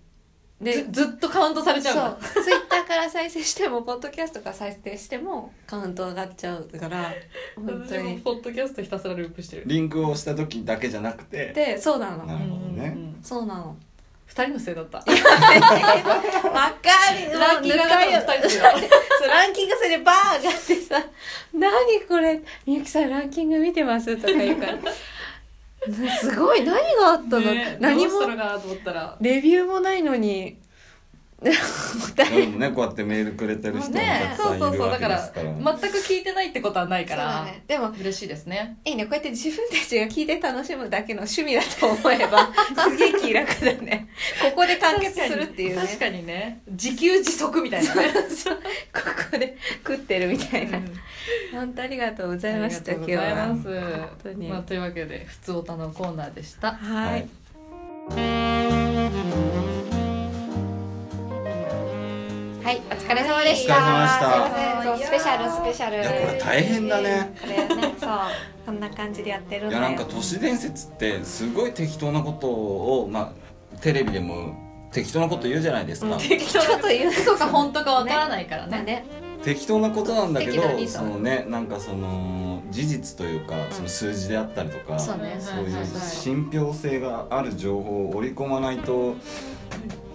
[SPEAKER 3] で
[SPEAKER 5] ずずっとカウントされち
[SPEAKER 3] そ
[SPEAKER 5] ゃうんだ
[SPEAKER 3] うツイッターから再生してもポッドキャストから再生してもカウント上がっちゃうから本当
[SPEAKER 5] 私も
[SPEAKER 3] に
[SPEAKER 5] ポッドキャストひたすらループしてる
[SPEAKER 4] リンクを押した時だけじゃなくて
[SPEAKER 3] でそうなの
[SPEAKER 4] なるほどね
[SPEAKER 5] うんうんうん
[SPEAKER 3] そうなの
[SPEAKER 5] 二人のせいだった
[SPEAKER 3] わかる
[SPEAKER 5] ランキングが
[SPEAKER 3] 抜かよ
[SPEAKER 5] 多分二人だ よ
[SPEAKER 3] そうランキングそれバーがあってさ「何これみゆきさんランキング見てます」とか言うからすごい何があったの、
[SPEAKER 5] ね
[SPEAKER 3] 何
[SPEAKER 5] どうした
[SPEAKER 3] も
[SPEAKER 5] のかなと思ったら
[SPEAKER 3] レビューもないの に
[SPEAKER 4] でもねこうやってメールくれてる人もた
[SPEAKER 5] ね
[SPEAKER 4] く
[SPEAKER 5] そ
[SPEAKER 4] さ
[SPEAKER 5] うんそう
[SPEAKER 4] いる
[SPEAKER 5] そう
[SPEAKER 4] わ
[SPEAKER 5] だ
[SPEAKER 4] け
[SPEAKER 5] か
[SPEAKER 4] です
[SPEAKER 5] ら
[SPEAKER 4] から
[SPEAKER 5] 全く聞いてないってことはないから、
[SPEAKER 3] そうだねでも
[SPEAKER 5] 嬉しいですね
[SPEAKER 3] いいねこうやって自分たちが聞いて楽しむだけの趣味だと思え ばすげえ気楽だねここで完結するっていうね
[SPEAKER 5] 確かにね自給自足みたいなね
[SPEAKER 3] そうここで食ってるみたいな、本当ありがとうございました
[SPEAKER 5] あ
[SPEAKER 3] 今
[SPEAKER 5] り
[SPEAKER 3] 日
[SPEAKER 5] がとうござい
[SPEAKER 3] は。
[SPEAKER 5] ます
[SPEAKER 3] 本当に
[SPEAKER 5] まあ、というわけで「ふつおた」のコーナーでした
[SPEAKER 3] は
[SPEAKER 4] はいい、
[SPEAKER 3] はい、お疲れ様でした。
[SPEAKER 4] お疲れ様でした
[SPEAKER 3] すいませんそうスペシャルスペシャル。
[SPEAKER 4] いやこれ大変だね
[SPEAKER 3] これね、そう、こんな感じでやってるん
[SPEAKER 4] い
[SPEAKER 3] だ
[SPEAKER 4] や
[SPEAKER 3] よ。
[SPEAKER 4] なんか都市伝説ってすごい適当なことをまあテレビでも適当なこと言うじゃないですか、
[SPEAKER 3] 適当なこと言う。
[SPEAKER 5] そうか本当かわからないからね
[SPEAKER 3] だね。
[SPEAKER 4] 適当なことなんだけ
[SPEAKER 3] 適当に
[SPEAKER 4] ど
[SPEAKER 3] そ
[SPEAKER 4] そ
[SPEAKER 3] う
[SPEAKER 4] のねなんかその事実というか、その数字であったりとか
[SPEAKER 3] そうね
[SPEAKER 4] そう
[SPEAKER 5] はいは
[SPEAKER 4] う
[SPEAKER 5] は
[SPEAKER 4] 信憑性がある情報を織り込まないと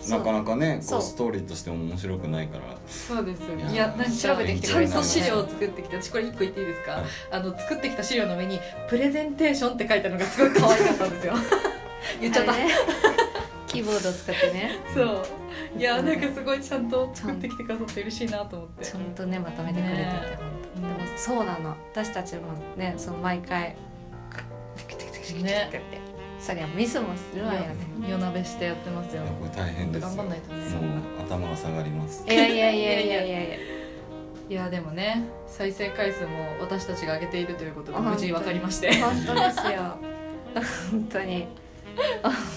[SPEAKER 4] なかなかね
[SPEAKER 3] そ
[SPEAKER 4] こ
[SPEAKER 3] う
[SPEAKER 4] うストーリーとしても面白くないから
[SPEAKER 5] そうですよねい
[SPEAKER 4] い
[SPEAKER 5] や
[SPEAKER 4] やー
[SPEAKER 5] なんか
[SPEAKER 4] 調べてきて
[SPEAKER 5] ち
[SPEAKER 4] く
[SPEAKER 5] ゃ
[SPEAKER 4] れ
[SPEAKER 5] ん
[SPEAKER 4] た
[SPEAKER 5] と
[SPEAKER 4] のね
[SPEAKER 5] 資料を作ってきて私これ一個言っていいですか、
[SPEAKER 4] はい
[SPEAKER 5] あの作ってきた資料の上に 「プレゼンテーション」って書いたのがすごい可愛かったんですよ言っちゃった、
[SPEAKER 3] あれねキーボードを使ってね
[SPEAKER 5] そういやなんかすごいちゃんと作ってきてくださって嬉しいなと思って
[SPEAKER 3] ちゃんとねまとめてくれてて、
[SPEAKER 5] ね
[SPEAKER 3] 本当でもそうなの私たちもねそう毎回テクテクテクテクテクテクって、そりゃミスもするわよね
[SPEAKER 5] 夜鍋してやってますよ
[SPEAKER 4] いやこれ大変ですよ
[SPEAKER 5] 頑張んないとね
[SPEAKER 4] もう頭が下がります
[SPEAKER 3] いやいやいやいやいやいや
[SPEAKER 5] いやでもね再生回数も私たちが上げているということで
[SPEAKER 3] あ
[SPEAKER 5] 無事分かりまして
[SPEAKER 3] 本当ですよ本当に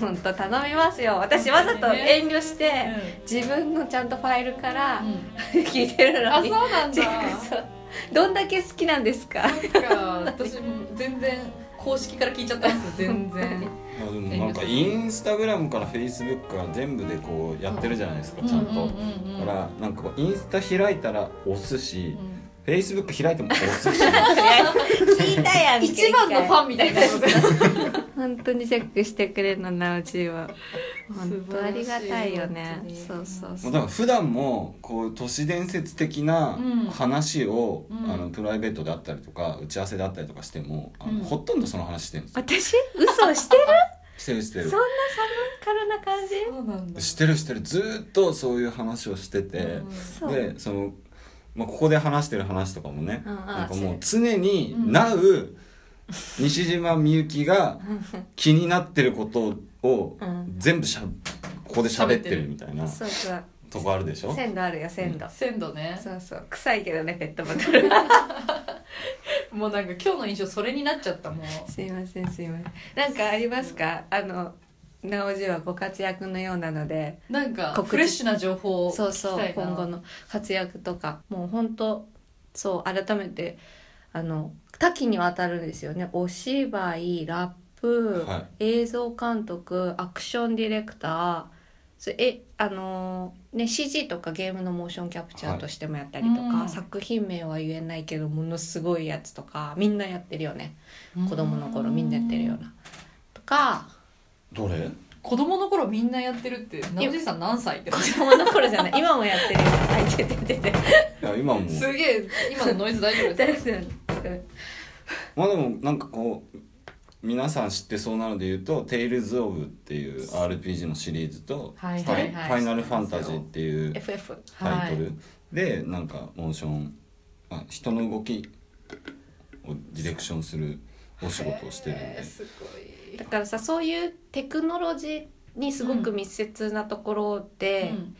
[SPEAKER 3] 本当頼みますよ私わざと遠慮して、自分のちゃんとファイルから
[SPEAKER 5] うん
[SPEAKER 3] 聞いてるの
[SPEAKER 5] あそ
[SPEAKER 3] に
[SPEAKER 5] うなん
[SPEAKER 3] チェ
[SPEAKER 5] だ
[SPEAKER 3] ック そうどんだけ好きなんですか
[SPEAKER 5] なんか私も全然公式から聞いちゃったんですよ全然
[SPEAKER 4] あでもなんかインスタグラムからフェイスブックから全部でこうやってるじゃないですか、ちゃんと、
[SPEAKER 5] うんうんうん
[SPEAKER 4] だ
[SPEAKER 5] うん
[SPEAKER 4] からなんかこうインスタ開いたら押すし、
[SPEAKER 5] うん
[SPEAKER 4] フェイスブック開いても押すし
[SPEAKER 3] 聞いたやん
[SPEAKER 5] 一番のファンみたいなことで
[SPEAKER 3] 本当にチェックしてくれるのなうちは本当ありがたいよね
[SPEAKER 5] 素晴
[SPEAKER 3] そ
[SPEAKER 5] ら
[SPEAKER 3] う
[SPEAKER 5] しい
[SPEAKER 3] そうそ
[SPEAKER 4] もう
[SPEAKER 3] う
[SPEAKER 4] だから普段もこう都市伝説的な
[SPEAKER 5] うん
[SPEAKER 4] 話を、
[SPEAKER 5] うん
[SPEAKER 4] あのプライベートであったりとか打ち合わせであったりとかしても、あの
[SPEAKER 5] うん
[SPEAKER 4] ほとんどその話してるんですよ
[SPEAKER 3] 私嘘してる
[SPEAKER 4] してるして
[SPEAKER 3] そん
[SPEAKER 4] る
[SPEAKER 3] なサブカルな感じ
[SPEAKER 5] そうなんだ
[SPEAKER 4] してるしてるずーっとそういう話をしてて、
[SPEAKER 3] そう
[SPEAKER 4] でその、まあ、ここで話してる話とかもね、
[SPEAKER 3] うんうん
[SPEAKER 4] なんかもう常に「なう、西島みゆきが気になってることを
[SPEAKER 3] うん
[SPEAKER 4] 全部しゃここで喋ってるみたいな
[SPEAKER 3] そうそう
[SPEAKER 4] とこあるでしょ
[SPEAKER 3] 鮮度あるよ鮮度、
[SPEAKER 5] 鮮度ね
[SPEAKER 3] そうそう臭いけどねペットボトル
[SPEAKER 5] もうなんか今日の印象それになっちゃったもう
[SPEAKER 3] すいませんすいませんなんかありますかあの直じはご活躍のようなので
[SPEAKER 5] なんか
[SPEAKER 3] 告知
[SPEAKER 5] フレッシュな情報を
[SPEAKER 3] そう
[SPEAKER 5] 聞き
[SPEAKER 3] そ
[SPEAKER 5] た
[SPEAKER 3] う
[SPEAKER 5] いな
[SPEAKER 3] 今後の活躍とかもう本当そう改めてあの多岐にわたるんですよねお芝居ラップ、
[SPEAKER 4] は
[SPEAKER 3] 映像監督アクションディレクターそうえあのーね CG とかゲームのモーションキャプチャーとしてもやったりとか、
[SPEAKER 5] はいうん
[SPEAKER 3] 作品名は言えないけどものすごいやつとかみんなやってるよね子供の頃みんなやってるようなとか
[SPEAKER 4] どれ
[SPEAKER 5] 子供の頃みんなやってるってなおじいさん何歳って
[SPEAKER 3] 子供の頃じゃない今もやってるよあいててて て
[SPEAKER 4] いや今も
[SPEAKER 5] すげえ今のノイズ大丈夫です
[SPEAKER 3] 大丈夫
[SPEAKER 4] まあでもなんかこう皆さん知ってそうなので言うと「テイルズ・オブ」っていう RPG のシリーズと「
[SPEAKER 5] はい
[SPEAKER 4] ファ
[SPEAKER 5] は
[SPEAKER 4] イ
[SPEAKER 5] い
[SPEAKER 4] フ
[SPEAKER 5] はい
[SPEAKER 4] ァイナルファンタジー」っていう
[SPEAKER 3] FF
[SPEAKER 4] タイトルでなんかモーションあ人の動きをディレクションするお仕事をしてるん
[SPEAKER 5] えー
[SPEAKER 4] です
[SPEAKER 5] ごい
[SPEAKER 3] だからさそういうテクノロジーにすごく密接なところで、
[SPEAKER 5] うん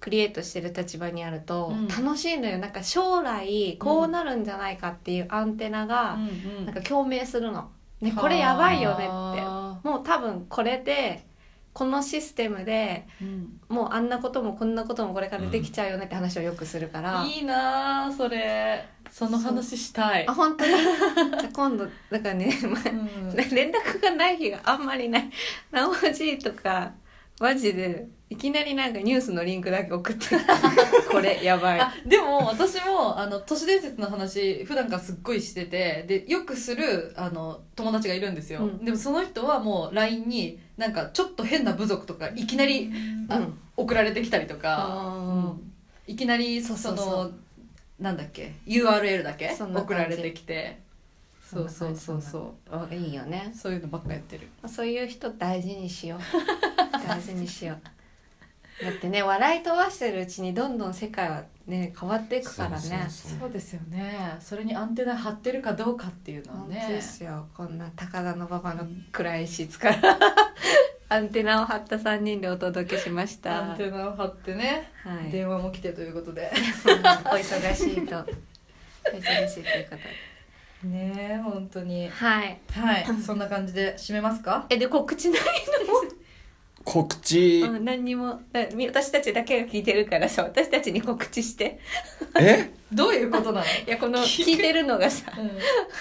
[SPEAKER 3] クリエイトしてる立場にあると、
[SPEAKER 5] うん
[SPEAKER 3] 楽しいのよなんか将来こうなるんじゃないかっていうアンテナが、
[SPEAKER 5] うん
[SPEAKER 3] なんか共鳴するの、ね、これやばいよねって
[SPEAKER 5] あ
[SPEAKER 3] もう多分これでこのシステムで
[SPEAKER 5] ーうん
[SPEAKER 3] もうあんなこともこんなこともこれからできちゃうよねって話をよくするから、
[SPEAKER 5] いいなあそれその話したい
[SPEAKER 3] あ本当に じゃあ今度だからね、まあ
[SPEAKER 5] うん
[SPEAKER 3] ね連絡がない日があんまりないなおじいとかマジでいきなりなんかニュースのリンクだけ送って これやばい
[SPEAKER 5] あでも私もあの都市伝説の話普段からすっごいしててでよくするあの友達がいるんですよ、
[SPEAKER 3] うん
[SPEAKER 5] でもその人はもう LINE になんかちょっと変な部族とかいきなり、あ
[SPEAKER 3] うん
[SPEAKER 5] 送られてきたりとか、
[SPEAKER 3] あ
[SPEAKER 5] いきなりそ
[SPEAKER 3] そうそうそ
[SPEAKER 5] のなんだっけ URL だけ
[SPEAKER 3] そんな感じ
[SPEAKER 5] 送られてきて
[SPEAKER 3] そ
[SPEAKER 5] そ
[SPEAKER 3] ん
[SPEAKER 5] う
[SPEAKER 3] な感
[SPEAKER 5] そう
[SPEAKER 3] じ
[SPEAKER 5] そうそ
[SPEAKER 3] ーあいいよね
[SPEAKER 5] うそういうのばっかやってる
[SPEAKER 3] そういう人大事にし よう大事にしようだってね笑い飛ばしてるうちにどんどん世界はね変わっていくからね
[SPEAKER 4] そうそう
[SPEAKER 5] そうですよねそれにアンテナ張ってるかどうかっていうのは
[SPEAKER 3] 本
[SPEAKER 5] ね
[SPEAKER 3] 当ですよこんな高田の馬場の暗い室からアンテナを張った3人でお届けしました
[SPEAKER 5] アンテナを張ってね、
[SPEAKER 3] はい
[SPEAKER 5] 電話も来てということで
[SPEAKER 3] お忙しいとお忙しいということ
[SPEAKER 5] ねえ本当に
[SPEAKER 3] はい
[SPEAKER 5] はい そんな感じで締めますか
[SPEAKER 3] えで告知ない
[SPEAKER 4] 告知
[SPEAKER 3] の、うん、何にもだみ私たちだけが聞いてるからさ私たちに告知して
[SPEAKER 4] え
[SPEAKER 5] どういうこと なの、
[SPEAKER 3] いやこの聞いてるのがさ
[SPEAKER 5] うん、
[SPEAKER 3] は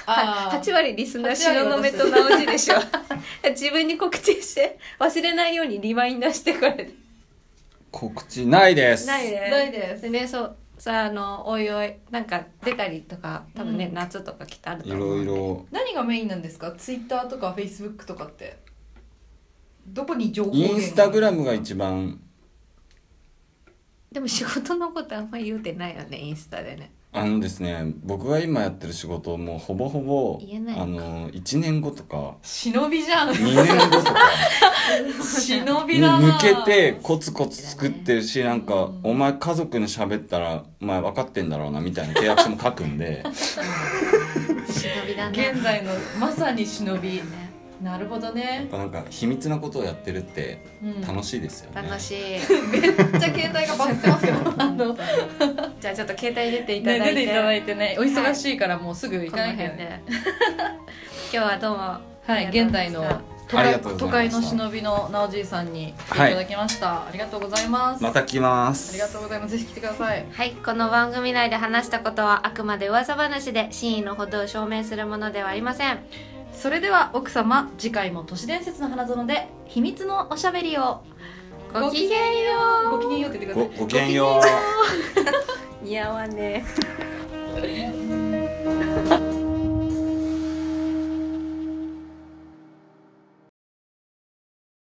[SPEAKER 5] あ
[SPEAKER 3] 8割リスナー
[SPEAKER 5] 8割
[SPEAKER 3] 白の目と直しでしょ 自分に告知して忘れないようにリマインダーしてくれて
[SPEAKER 4] 告知ないです
[SPEAKER 3] ないで
[SPEAKER 5] あ
[SPEAKER 3] す
[SPEAKER 5] ないです
[SPEAKER 3] でねそうさああのおいおいなんか出たりとか多分ね、
[SPEAKER 5] うん
[SPEAKER 3] 夏とか来たある
[SPEAKER 4] い
[SPEAKER 3] と思う
[SPEAKER 4] ろ
[SPEAKER 3] ん
[SPEAKER 4] い
[SPEAKER 3] で
[SPEAKER 4] ろ
[SPEAKER 5] 何がメインなんですかツイッターとかフェイスブックとかってどこに情報
[SPEAKER 4] イ
[SPEAKER 5] 源
[SPEAKER 4] ンスタグラムが一番
[SPEAKER 3] でも仕事のことあんまり言うてないよねインスタでね
[SPEAKER 4] あのですね僕が今やってる仕事もうほぼほぼ
[SPEAKER 3] 言えないの
[SPEAKER 4] あの1年後とか
[SPEAKER 5] 忍びじ ゃん
[SPEAKER 4] 2年後とか
[SPEAKER 5] 忍び
[SPEAKER 4] に
[SPEAKER 5] だな
[SPEAKER 4] 向けてコツコツ作ってるしなんか
[SPEAKER 5] うん
[SPEAKER 4] お前家族に喋ったらお前分かってんだろうなみたいな契約書も書くんで
[SPEAKER 3] 忍びだね
[SPEAKER 5] 現在のまさに忍び
[SPEAKER 3] ね
[SPEAKER 5] なるほど
[SPEAKER 4] やっ
[SPEAKER 5] ね、
[SPEAKER 4] ぱなんか秘密なことをやってるって
[SPEAKER 5] うん、
[SPEAKER 4] 楽しいですよね、
[SPEAKER 3] 楽しい
[SPEAKER 5] めっちゃ携帯がバズってますよ あの、ね、
[SPEAKER 3] じゃあちょっと携帯出ていただ
[SPEAKER 5] 出
[SPEAKER 3] い
[SPEAKER 5] て
[SPEAKER 3] て
[SPEAKER 5] いただいてねお忙しいからもうすぐ行
[SPEAKER 3] こ
[SPEAKER 5] か
[SPEAKER 3] の
[SPEAKER 5] な
[SPEAKER 3] 辺
[SPEAKER 5] きゃね
[SPEAKER 3] で 今日はどうも
[SPEAKER 5] はい現代の都
[SPEAKER 4] あり
[SPEAKER 5] 会
[SPEAKER 4] がとうござ
[SPEAKER 5] 都
[SPEAKER 4] いまし
[SPEAKER 5] 会
[SPEAKER 4] た
[SPEAKER 5] の忍びのなおじいさんに来てい
[SPEAKER 4] はい
[SPEAKER 5] ただきました、ありがとうございます、
[SPEAKER 4] また来ます
[SPEAKER 5] ありがとうございますぜひ来てください
[SPEAKER 3] はい、この番組内で話したことはあくまで噂話で真意のほどを証明するものではありません
[SPEAKER 5] それでは奥様次回も都市伝説の花園で秘密のおしゃべりを
[SPEAKER 3] ごきげんよ
[SPEAKER 5] ごきげんようって言ってくださ
[SPEAKER 4] ご
[SPEAKER 5] い
[SPEAKER 4] ごきげんよう
[SPEAKER 3] う似合わねえ